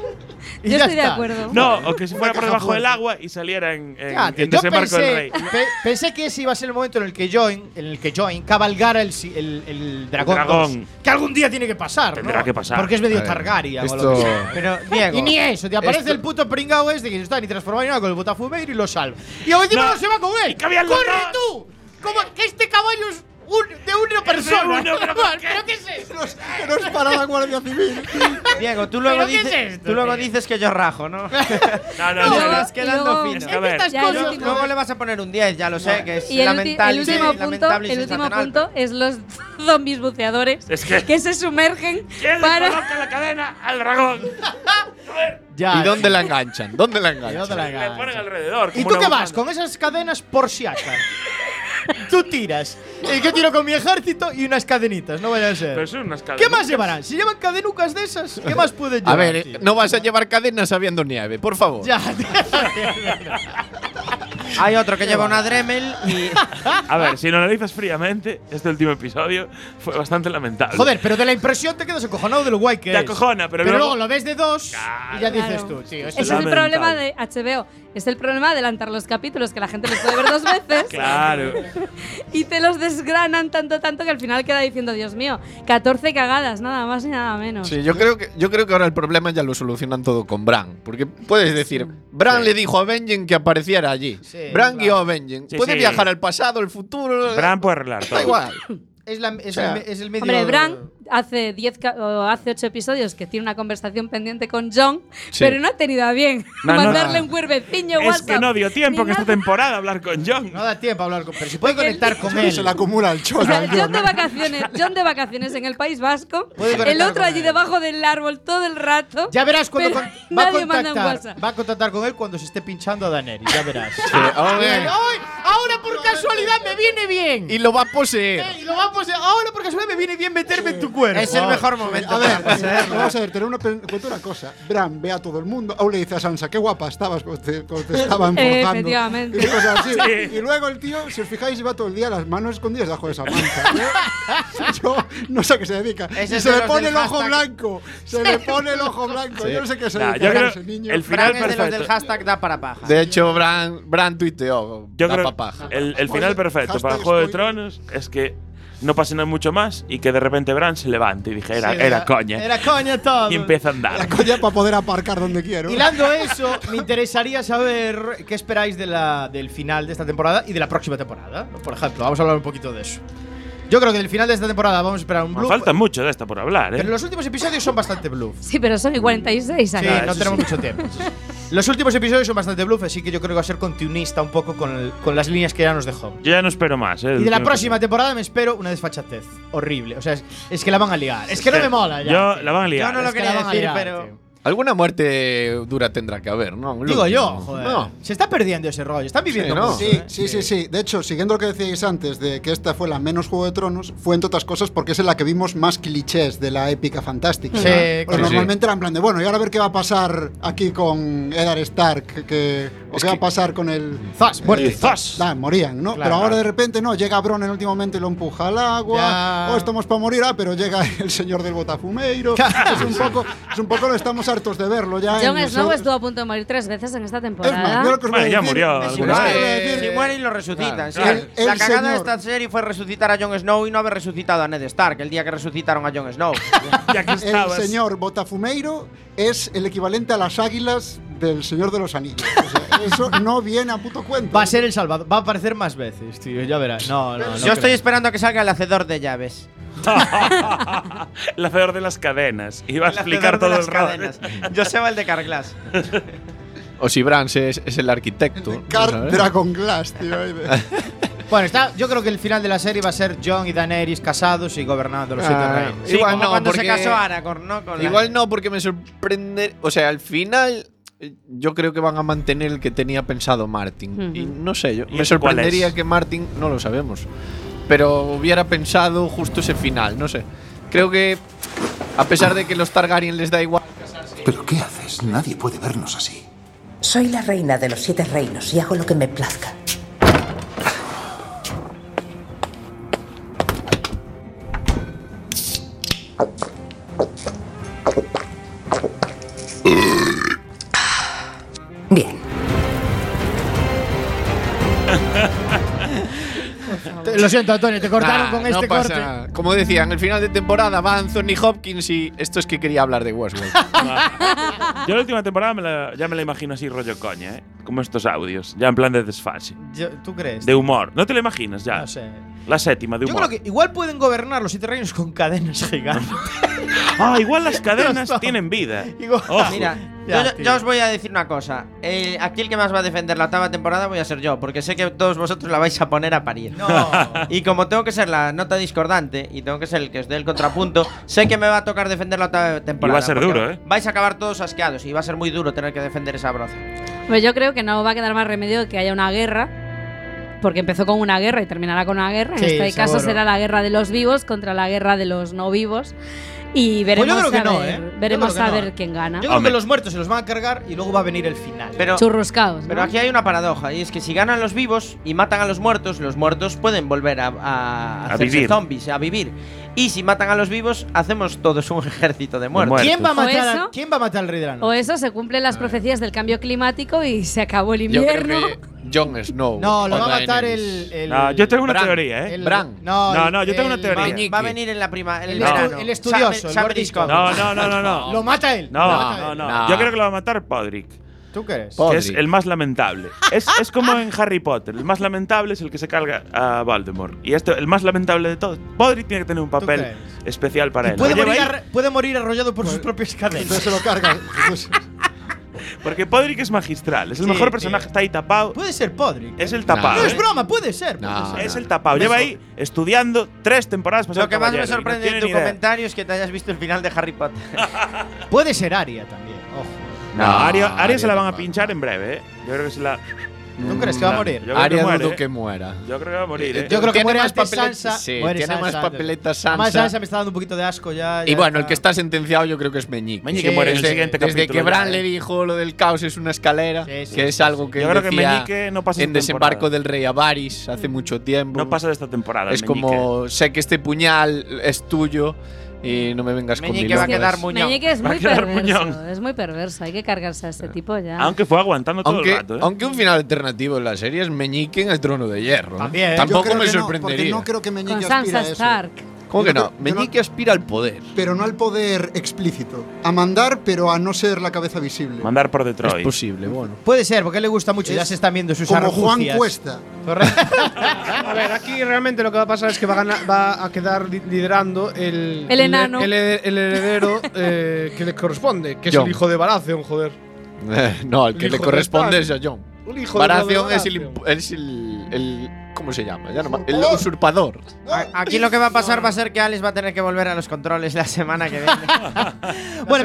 A: y
I: Yo
A: ya
I: estoy de
A: está.
I: acuerdo.
C: No, o que se fuera por
A: caja
C: debajo del
A: fuerte.
C: agua y saliera en, en,
A: Ya, tío,
C: en
A: yo
C: Desembarco del
A: pensé,
C: Rey.
A: pe- pensé que ese iba a ser el momento en el que Join, en el que Join cabalgara el, si- el- el dragón.
C: dragón.
A: dos, que algún día tiene que pasar, ¿no?
C: Tendrá que pasar.
A: Porque es medio
C: A ver,
A: Targaryen o
C: esto-
A: lo que sea. Pero
C: Diego,
A: y ni eso, te aparece
C: esto-
A: el puto pringao este que no está ni transformado ni nada con el botafumeiro y lo salva. Y a encima
C: No,
A: no, se va con él.
C: habían los
A: ¡Corre
C: dos!
A: tú! Como que este caballo es un- de una persona.
C: uno, pero ¿por qué?
A: qué es eso?
E: Que no es para la Guardia Civil.
B: Diego, tú luego,
A: ¿Pero qué
B: dices,
A: es esto,
B: tú luego
A: tío?
B: dices que yo rajo, ¿no?
C: no,
A: no, no.
B: vas
A: Y
B: quedando
A: luego-
B: fino.
A: Es que estas
B: Ya,
A: cosas-
B: yo- luego le vas a poner un 10, ya lo sé, que es
I: Y el, ulti-
B: lamentable.
I: el último punto,
B: lamentable y
I: el último
B: sensacional,
I: punto es los zombies buceadores
B: Es
I: que,
B: que-
I: se sumergen
C: ¿Quién le
I: para.
C: coloca la cadena al dragón?
J: ¿Y dónde la enganchan? ¿Dónde la enganchan?
A: dónde la
C: Le ponen alrededor.
A: ¿Y
C: como
A: tú
C: una
A: qué
C: bufanda.
A: vas? Con esas cadenas por si acaso. tú tiras. Y yo tiro con mi ejército y unas cadenitas, no vaya a ser.
C: Pero son unas
A: ¿Qué
C: cadenas.
A: más llevarán? Si llevan cadenucas de esas, ¿qué más pueden
J: A
A: llevar?
J: ver,
A: tío?
J: eh, no vas a llevar cadenas sabiendo nieve, por favor.
A: Ya.
B: Hay otro que lleva una Dremel y.
C: A ver, si lo analizas fríamente, este último episodio fue bastante lamentable.
A: Joder, pero de la impresión te quedas acojonado de lo guay que
C: Te
A: es.
C: acojona, pero
A: luego
C: luego-
A: lo ves de dos y ya dices
I: Claro.
A: tú, tío,
I: Ese
A: esto
I: es
A: es-
I: el problema de HBO. Es el problema de adelantar los capítulos, que la gente los puede ver dos veces.
C: Claro.
I: Y te los desgranan tanto, tanto que al final queda diciendo, Dios mío, 14 cagadas, nada más y nada menos.
J: Sí, yo creo que yo creo que ahora el problema ya lo solucionan todo con Bran, porque puedes decir, Bran le dijo a Benjen que apareciera allí. Bran guió a Benjen.
C: Sí,
J: puede
C: sí.
J: viajar al pasado, al futuro.
C: Bran puede arreglar todo.
J: Da igual.
A: es, la- es
J: O sea,
A: el, me- es el medio.
I: Hombre, Bran hace 10 ca- o hace 8 episodios que tiene una conversación pendiente con John,
C: Sí.
I: pero no ha tenido a bien
C: No, no.
I: mandarle un cuerveciño
C: Es
I: WhatsApp.
C: que no dio tiempo
I: ni
C: que esta
I: nada.
C: temporada hablar con John.
A: No da tiempo a hablar con. Pero si puede conectar con
E: Eso
A: él.
E: Se la acumula el
I: O
E: chorro.
I: sea, John de vacaciones, John de vacaciones en el País Vasco,
A: Puede
I: el
A: conectar
I: otro
A: con
I: allí debajo del árbol todo el rato.
A: Ya verás cuando
I: pero
A: con- va, a
I: nadie manda un
A: contactar,
I: WhatsApp.
A: va a contactar con él cuando se esté pinchando a Daenerys, ya verás.
J: hombre.
A: Ay, ahora por casualidad me viene bien.
J: Y lo va a poseer.
A: Eh, y lo vamos a- ahora por casualidad me viene bien meterme en tu cuerpo. Ah.
B: Es el mejor momento
E: A ver,
B: para poseerlo.
E: vamos a ver, tener una, pe- cuenta una cosa. Bran ve a todo el mundo. Aún le dice a Sansa, qué guapa estabas cuando te, cuando te estaban
I: Eh,
E: forjando.
I: efectivamente.
E: Y, cosas así.
I: Sí.
E: Y luego el tío, si os fijáis, lleva todo el día las manos escondidas debajo de esa manta. Yo no sé a qué se dedica.
B: Ese
E: Y
B: es
E: se
B: de
E: le
B: los
E: pone el
B: del
E: ojo
B: hashtag.
E: blanco. Se le pone el ojo blanco.
J: Sí.
E: Yo no sé qué se
J: Nah,
E: dedica.
J: yo creo-
E: ese niño.
C: el final
B: Fran es de los del
C: perfecto.
B: hashtag da para paja.
J: De hecho, Bran, Bran tuiteó.
C: Yo
J: "Da
C: creo
J: pa' paja".
C: el, el final perfecto para el Juego de Tronos es que no pase nada mucho más y que de repente Bran se levante y dije, era,
A: Sí,
C: era, coña.
A: Era coña todo.
C: y empieza a andar.
E: Coña, para poder aparcar donde quiero.
A: Hilando eso, me interesaría saber qué esperáis de la, del final de esta temporada y de la próxima temporada. Por ejemplo, vamos a hablar un poquito de eso. Yo creo que del final de esta temporada vamos a esperar un
C: Me
A: bluff.
C: Ah, falta mucho de esta por hablar, ¿eh?
A: Pero los últimos episodios son bastante bluff.
I: Sí, pero son el 46
A: Sí,
I: aquí.
A: no tenemos mucho tiempo. Los últimos episodios son bastante bluff, así que yo creo que va a ser continuista un poco con, el- con las líneas que ya nos dejó.
C: Yo ya no espero más. eh,
A: Y de la
C: último-
A: próxima temporada me espero una desfachatez horrible. O sea, es, es que la van a liar. Es que no me mola ya.
C: Yo la van a liar.
A: Yo no lo
C: Es que
A: quería
C: la van a
A: decir,
C: liar,
A: pero-
C: tío.
J: Alguna muerte dura tendrá que haber, ¿no? Lo
A: Digo yo,
J: último.
A: joder.
J: No.
A: Se está perdiendo ese rollo. Están viviendo
J: ¿no?
A: mucho,
E: Sí,
A: ¿eh?
E: sí, sí, sí. De hecho, siguiendo lo que decíais antes de que esta fue la menos Juego de Tronos, fue entre otras cosas porque es en la que vimos más clichés de la épica fantástica.
A: Sí,
E: Porque
A: claro.
E: normalmente era en plan de, bueno, y ahora a ver qué va a pasar aquí con Eddard Stark, que, o qué va a pasar con el...
A: Zas,
E: muerte.
A: Zas.
E: morían, ¿no?
A: Claro,
E: pero ahora
A: claro.
E: de repente, no, llega Bron en el último momento y lo empuja al agua,
A: Ya.
E: o estamos para morir, ah, pero llega el señor del botafumeiro. es, un poco, es un poco, estamos hartos de verlo ya. en
I: Jon
E: los-
I: Snow estuvo a punto de morir tres veces en esta
E: Es más,
I: temporada.
E: mira lo que os voy a
C: Bueno, ya
E: decir.
C: murió
E: Es
C: alguna
E: más,
C: vez.
E: os voy a decir-
B: Si muere y lo resucitan.
E: Claro,
B: sí.
E: claro. El-
B: la
E: el
B: cagada de
E: señor.
B: esta serie fue resucitar a Jon Snow y no haber resucitado a Ned Stark el día que resucitaron a Jon Snow.
C: ya que
E: El señor Botafumeiro es el equivalente a las águilas del Señor de los Anillos. O sea, eso no viene a puto cuento.
A: Va a ser el salvador. Va a aparecer más veces, tío. Ya verás. No, no, no.
B: Yo estoy
A: creo.
B: esperando a que salga el hacedor de llaves.
C: El hacedor de las cadenas. Iba a
B: El
C: explicar
B: hacedor
C: todo
B: de
C: el
B: las
C: rato.
B: cadenas. Joseba el de Carglass.
J: O si Brance es, es el arquitecto. ¿no sabes?
E: Dragon Glass, tío. ahí de-
A: Bueno, está, yo creo que el final de la serie va a ser John y Daenerys casados y gobernando los siete
J: Ah,
A: reinos.
J: Sí, igual como no,
B: cuando se
J: porque-
B: casó Aragorn, ¿no? Con la-
J: Igual no, porque me sorprende. O sea, al final. eh, Yo creo que van a mantener el que tenía pensado Martin. Y
I: Ujú.
J: no sé, yo,
C: ¿Y
J: me
C: ese cuál
J: sorprendería
C: es?
J: que Martin. No lo sabemos. Pero hubiera pensado justo ese final, no sé. Creo que. A pesar de que los Targaryen les da igual.
F: ¿Pero qué haces? Nadie puede vernos así.
G: Soy la reina de los siete reinos y hago lo que me plazca. Bien.
A: Te- Lo siento, Antonio, te cortaron
J: Nah,
A: con
J: Ah, no
A: este
J: pasa
A: corte.
J: nada. Como decía, en el final de temporada va Anthony Hopkins y esto es que quería hablar de Westworld.
C: Yo la última temporada me la- ya me la imagino así, rollo coña, ¿eh? Como estos audios. Ya en plan de desfase.
A: Yo- ¿Tú crees?
C: De humor. No te lo imaginas ya.
A: No sé.
C: La séptima de
A: Yo
C: humor.
A: creo que igual pueden gobernar los siete reinos con cadenas gigantes.
C: Ah, igual las cadenas tienen vida. eh.
A: Igual.
C: Ojo.
B: Mira,
A: Ya,
B: yo,
A: tío.
B: yo os voy a decir una cosa. El- aquí el que más va a defender la octava temporada voy a ser yo, porque sé que todos vosotros la vais a poner a parir. Y como tengo que ser la nota discordante y tengo que ser el que os dé el contrapunto, sé que me va a tocar defender la octava temporada.
C: ser
B: porque
C: duro, ¿eh?
B: Vais a acabar todos asqueados y va a ser muy duro tener que defender esa broza.
I: Pues yo creo que no va a quedar más remedio que haya una guerra, porque empezó con una guerra y terminará con una guerra. En
A: Sí,
I: este caso
A: seguro.
I: será la guerra de los vivos contra la guerra de los no vivos. Y
A: Pues
I: veremos
A: yo creo que
I: a
A: no,
I: ver,
A: ¿eh? Yo
I: veremos
A: creo
I: a
A: que no.
I: ver quién gana.
A: Yo creo
C: Hombre.
A: que los muertos se los van a cargar y luego va a venir el final.
B: Pero,
I: Churruscaos, ¿no?
B: pero aquí hay una paradoja, y es que si ganan los vivos y matan a los muertos, los muertos pueden volver a, a, hacerse
C: vivir.
B: zombies, a vivir. Y si matan a los vivos, hacemos todos un ejército de muertos.
C: muertos.
A: ¿Quién va, a
I: ¿O
A: matar a-
I: eso?
A: ¿Quién va a matar al rey de la
I: O
A: noche?
I: eso se cumplen las profecías del cambio climático y se acabó el
J: Yo creo
I: invierno.
J: que Jon Snow.
A: No, lo
J: o
A: va a matar
J: Daenerys.
A: el. el-
C: No, Ah, yo tengo una
J: Bran.
C: teoría, ¿eh?
A: el-
J: Bran.
A: No,
C: No,
A: el-
C: no, yo tengo una
A: el-
C: teoría.
B: Va a venir en la prima, en el,
A: El,
C: No.
B: verano.
A: estu- el estudioso,
B: Summer-
A: el
B: Summer
A: Lord
B: Discovery.
C: No, no, no, no, no.
A: Lo mata él. lo
C: No,
A: mata
C: no,
A: él.
C: no. Yo creo que lo va a matar Podrick.
A: ¿Tú crees?
J: Po-
C: Que es
J: Podrick.
C: el más lamentable. Es, es como en Harry Potter. El más lamentable es el que se carga a Voldemort. Y este, el más lamentable de todos. Podrick tiene que tener un papel
A: crees?
C: especial para
A: Y
C: él.
A: puede,
C: Lo lleva
A: morir
C: ahí
A: arro- puede morir arrollado por
J: Pues,
A: sus propias
E: Entonces
A: cadenas.
E: se lo carga. Pues,
C: Porque Podrick es magistral. Es el
A: Sí,
C: mejor
A: tío.
C: personaje. Está ahí tapado.
A: Puede ser Podrick.
C: Es el
A: No,
C: tapado.
A: es
C: ¿eh?
A: broma, puede ser. puede
J: No,
A: ser.
C: Es el tapado. Lleva ahí estudiando tres temporadas para ser
B: Lo que más me
C: caballero y no
B: sorprende
C: tiene
B: de tu
C: ni idea.
B: comentario es que te hayas visto el final de Harry Potter.
A: Puede ser Aria también. Ojo.
C: No,
J: No,
C: Aria, Aria
J: Aria
C: se la van a
J: tampoco.
C: pinchar en breve, ¿eh? Yo creo que se la.
A: ¿Tú
J: Mm,
A: crees que va a
C: la-
A: morir?
C: Yo creo que
J: Aria
C: muere,
J: dudo
C: ¿eh?
J: que muera.
C: Yo creo que va a morir, ¿eh?
A: Yo creo que
J: Tiene
A: muere
J: más
A: antes
J: papeletas-
A: Sansa.
J: sí,
A: muere
J: tiene más
A: antes.
J: papeletas
A: Además,
J: Sansa.
A: Sansa me está dando un poquito de asco ya.
J: Y
A: ya
J: bueno, el
A: está.
J: que está sentenciado yo creo que es Meñique.
C: Meñique muere en el
J: desde,
C: siguiente
J: Desde
C: capítulo
J: que Bran
C: ya, ¿eh?
J: le dijo lo del caos es una escalera,
A: Sí, sí,
J: que es algo que
C: Yo
J: él
C: creo que
J: decía
C: Meñique no pasa
J: en
C: de
J: desembarco
C: temporada.
J: del rey Avaris hace mucho tiempo.
C: No pasa de esta temporada.
J: es
C: Meñique.
J: como sé que este puñal es tuyo y no me vengas con
B: Meñique va a
J: milongas.
B: quedar muñón.
I: Meñique es
C: Va a
I: muy
C: quedar
I: perverso.
C: muñón.
I: Es muy perverso. Hay que cargarse a este tipo ya.
C: Aunque fue aguantando todo
J: aunque,
C: el rato, ¿eh?
J: aunque un final alternativo en la serie es Meñique en el trono de hierro. ¿eh?
A: También,
E: yo
A: yo
J: Tampoco
E: creo
J: me
E: que no, porque
J: sorprendería.
E: no creo que Meñique
I: Con
E: aspire
I: Sansa
E: a eso.
I: Stark.
J: ¿Cómo que
E: yo no
J: no?
E: creo- yo no-
J: Meñique aspira al poder.
E: Pero no al poder explícito. A mandar, pero a no ser la cabeza visible.
C: Mandar por Detroit.
J: Es posible, bueno.
A: Puede ser, porque a él le gusta mucho.
E: Es
A: Ya se están viendo sus
E: Como Juan
A: argucias.
E: Cuesta.
A: Correcto.
K: A ver, aquí realmente lo que va a pasar es que va a, ganar- va a quedar li- liderando el.
I: El enano.
K: El, el- el heredero eh, que le corresponde, que es
J: Jon.
K: el hijo de Baratheon, joder.
J: no, al
K: El
J: que
K: hijo
J: le
K: de
J: corresponde es
K: Bran.
J: a Jon.
K: El hijo de
J: Baratheon
K: Bran.
J: es, el, imp- es el, el- ¿Cómo se llama? Ya no me- el
B: Usurpador.
J: usurpador.
A: Ah,
B: A- Aquí lo que va a pasar va a ser que Alex va a tener que volver a los controles la semana que viene.
A: Bueno,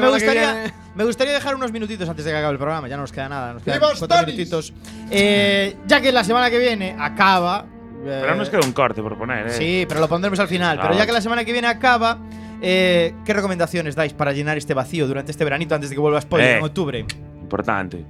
B: semana
A: me
B: que
A: gustaría,
B: viene.
A: me gustaría dejar unos minutitos antes de que acabe el programa. Ya no nos queda nada. Nos quedan
B: ¡Viva
A: cuatro
B: Stannis!
A: minutitos. Eh, ya que la semana que viene acaba. eh,
C: Pero aún nos queda un corte por poner, ¿eh?
A: Sí, pero lo pondremos al final. Pero
C: Ah.
A: ya que la semana que viene acaba, eh, ¿qué recomendaciones dais para llenar este vacío durante este veranito antes de que vuelva spoiler
C: Eh.
A: en octubre?
C: Importante.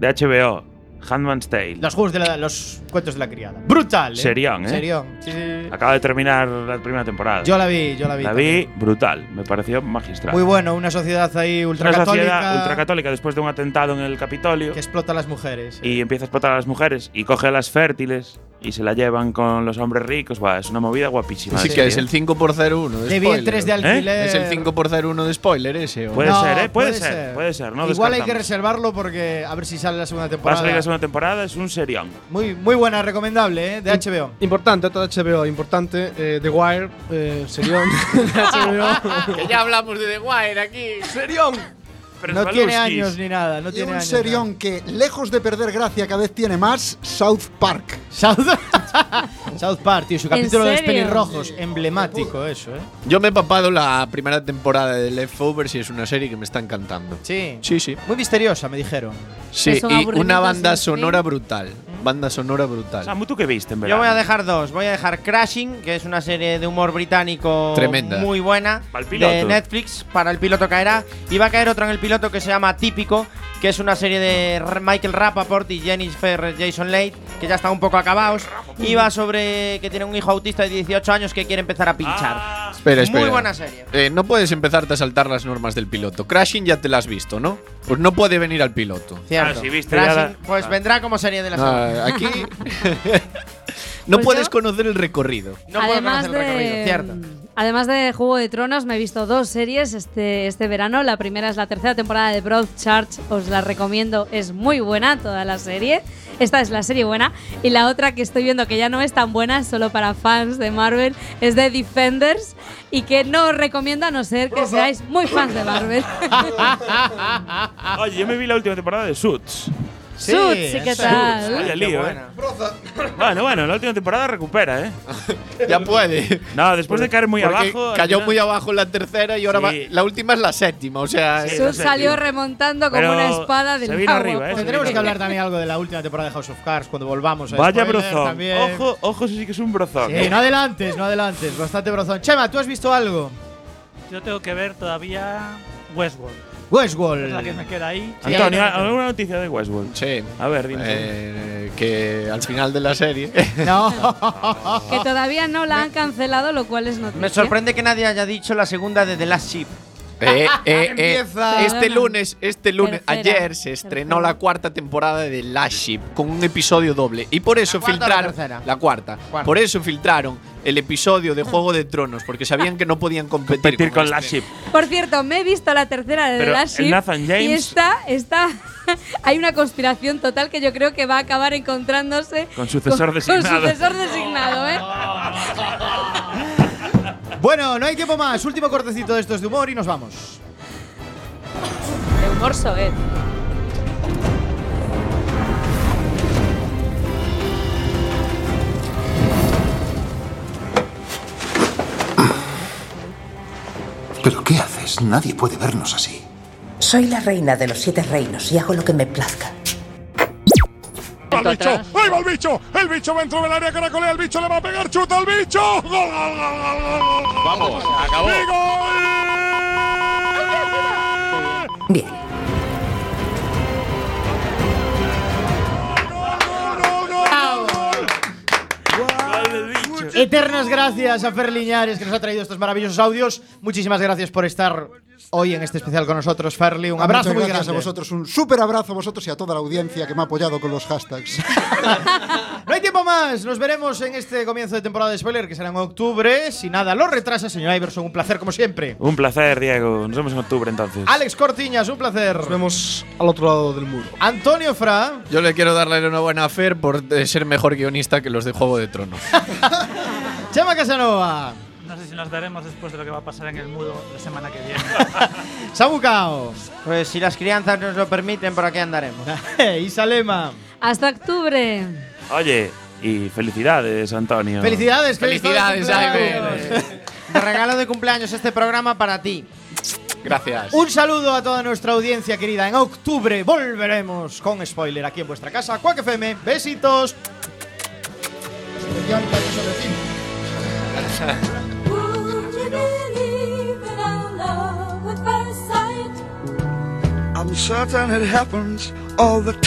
C: De HBO, Handman's Tale.
A: Los juegos de la- los cuentos de la criada. Brutal. ¿eh?
C: Serión, ¿eh?
A: Serión. Sí, sí.
C: Acaba de terminar la primera temporada.
A: Yo la vi, yo la vi
C: La vi brutal. Me pareció magistral.
A: Muy bueno, una sociedad ahí
C: Es Una sociedad
A: ultracatólica
C: ultracatólica después de un atentado en el Capitolio.
A: que explota a las mujeres.
C: Y empieza a explotar a las mujeres y coge a las fértiles y se la llevan con los hombres ricos. Buah, es una movida guapísima.
J: Así
C: de
J: que
C: serie.
J: es el 5x01 de
A: Le vi en
J: spoiler.
K: ¿Eh?
A: 3 de alquiler.
J: Es el 5x01 de spoiler ese. ¿o no?
A: Pues-
C: Puede ser, ¿eh? Puede ser, puede ser, no
A: Igual hay que
C: descartamos.
A: reservarlo porque a ver si sale la segunda
C: Va a
A: temporada.
C: salir la segunda temporada, es un serión.
A: Muy, muy buena, recomendable, ¿eh? De HBO.
K: Importante, otra de HBO, importante. eh, The Wire, eh, serión.
O: que ya hablamos de The Wire aquí.
K: Serión.
A: no tiene años ni nada, no
E: Y
A: tiene
E: un
A: años.
E: serión que, lejos de perder gracia, cada vez tiene más, South Park.
A: South, Park, tío, su
E: ¿En
A: capítulo de los
E: serio?
A: pelirrojos, emblemático eso, ¿eh?
J: Yo me he papado la primera temporada de Leftovers y es una serie que me está encantando.
A: Sí.
J: Sí, sí.
A: Muy misteriosa, me dijeron.
J: Sí,
A: Es un
J: y una
A: aburrimiento
J: banda
A: sin fin.
J: sonora brutal. Banda sonora brutal.
C: Samu, ¿tú qué viste en
B: Yo
C: verano?
B: voy a dejar dos. Voy a dejar Crashing, que es una serie de humor británico
J: Tremenda.
B: muy buena
C: Para el
B: de
C: piloto.
B: Netflix. Para el piloto caerá. Y va a caer otra en el piloto que se llama Típico, que es una serie de R- Michael Rapaport y Jennifer Jason Leigh, que ya está un poco acabados. Y va sobre que tiene un hijo autista de 18 años que quiere empezar a pinchar.
C: Ah.
J: Espera, espera.
B: Muy buena serie.
J: Eh, no puedes empezarte a saltar las normas del piloto. Crashing ya te las has visto, ¿no? Pues no puede venir al piloto.
B: Cierto. Crashing, pues vendrá como serie de la
J: Ah,
B: semana.
J: aquí no
I: Pues
J: puedes
I: yo-
J: conocer el recorrido.
B: No puedo
I: además,
B: conocer el recorrido, cierto.
I: de, además de Juego de Tronos, me he visto dos series este, este verano. La primera es la tercera temporada de Broadchurch, os la recomiendo, es muy buena toda la serie. Esta es la serie buena. Y la otra que estoy viendo que ya no es tan buena, es solo para fans de Marvel, es de Defenders y que no os recomiendo a no ser que seáis muy fans de Marvel.
C: Ah. Oye, yo me vi la última temporada de Suits.
I: Sí, Suits, ¿y qué
C: Suits,
I: tal?
C: Vaya
I: Ah, Qué
C: lío,
I: buena.
C: ¿eh? Bueno, bueno, la última temporada recupera, ¿eh?
J: ya puede.
C: No, después de caer muy
J: Porque
C: abajo. al
J: Cayó
C: final-
J: muy abajo en la tercera y ahora
C: Sí.
J: va- la última es la séptima. O sea,
C: Sí,
J: es-
I: Sud salió remontando como
J: Pero
I: una espada
J: se
I: del
J: vino
I: agua.
J: arriba, eh, se
A: Tendremos
J: vino
A: que hablar también algo de la última temporada de House of Cards cuando volvamos a
C: Vaya
A: spoiler
C: brozón.
A: también.
C: Ojo, ojo, eso sí que es un brozón.
A: Sí, no adelantes, no adelantes. Bastante brozón. Chema, ¿tú has visto algo?
D: Yo tengo que ver todavía Westworld.
A: Westworld.
D: Es la que me queda ahí.
C: Antonio, ¿alguna noticia de Westworld?
J: Sí.
C: A ver, dime.
J: Eh, que al final de la serie. eh,
C: no.
I: Que todavía no la han cancelado, lo cual es noticia.
B: Me sorprende que nadie haya dicho la segunda de The Last Ship.
J: Eh, eh, eh,
B: Empieza.
J: este lunes, este lunes,
B: Tercera,
J: ayer se estrenó la cuarta temporada de Last Ship con un episodio doble y por eso
B: cuarta o la
J: filtraron
B: tercera?
J: la cuarta. Por eso filtraron el episodio de Juego de Tronos porque sabían que no podían competir, con,
C: Last Ship.
I: Por cierto, me he visto la tercera de The
J: Pero
I: Last
J: el
I: Ship
J: Nathan James-
I: y está, está, hay una conspiración total que yo creo que va a acabar encontrándose
C: Con sucesor designado.
I: Con sucesor designado, ¿eh?
A: Bueno, no hay tiempo más. Último cortecito de estos de humor y nos vamos.
I: De humor soez.
F: ¿Pero qué haces? Nadie puede vernos así.
G: Soy la reina de los siete reinos y hago lo que me plazca.
P: ¡Ahí va el bicho! ¡Ahí va el bicho! ¡El bicho va dentro del área caracolea! ¡El bicho le va a pegar! ¡Chuta al bicho! ¡Gol, gol, gol, gol, gol, gol, gol!
O: Vamos, acabó.
P: ¡Y gol!
G: Bien.
A: Eternas gracias a Fer Liñares que nos ha traído estos maravillosos audios. Muchísimas gracias por estar hoy en este especial con nosotros, Ferli. Un abrazo
E: Ah, Muchas
A: muy
E: gracias
A: grande.
E: a vosotros, un súper abrazo a vosotros y a toda la audiencia que me ha apoyado con los hashtags.
A: No hay tiempo más. Nos veremos en este comienzo de temporada de spoiler que será en octubre. Si nada lo retrasa, señor Iverson, un placer como siempre.
C: Un placer, Diego. Nos vemos en octubre entonces.
A: Alex Cortiñas, un placer. Nos
K: vemos al otro lado del muro.
A: Antonio Fra.
J: Yo le quiero darle una buena Fer por eh, ser mejor guionista que los de Juego de Tronos.
A: Chema Casanova.
D: No sé y si nos daremos después de lo que va a pasar en el mudo la semana que viene.
A: Sabucao.
B: Pues si las crianzas nos lo permiten, por aquí andaremos.
A: Isalema.
I: Hasta octubre.
C: Oye, y felicidades, Antonio.
A: Felicidades, feliz
B: Felicidades,
A: cumpleaños.
B: De regalo de cumpleaños este programa para ti.
J: Gracias.
A: Un saludo a toda nuestra audiencia querida. En octubre volveremos con spoiler aquí en vuestra casa. Quack FM. Besitos.
N: Would you believe in our love at first sight?
Q: I'm certain it happens all the time.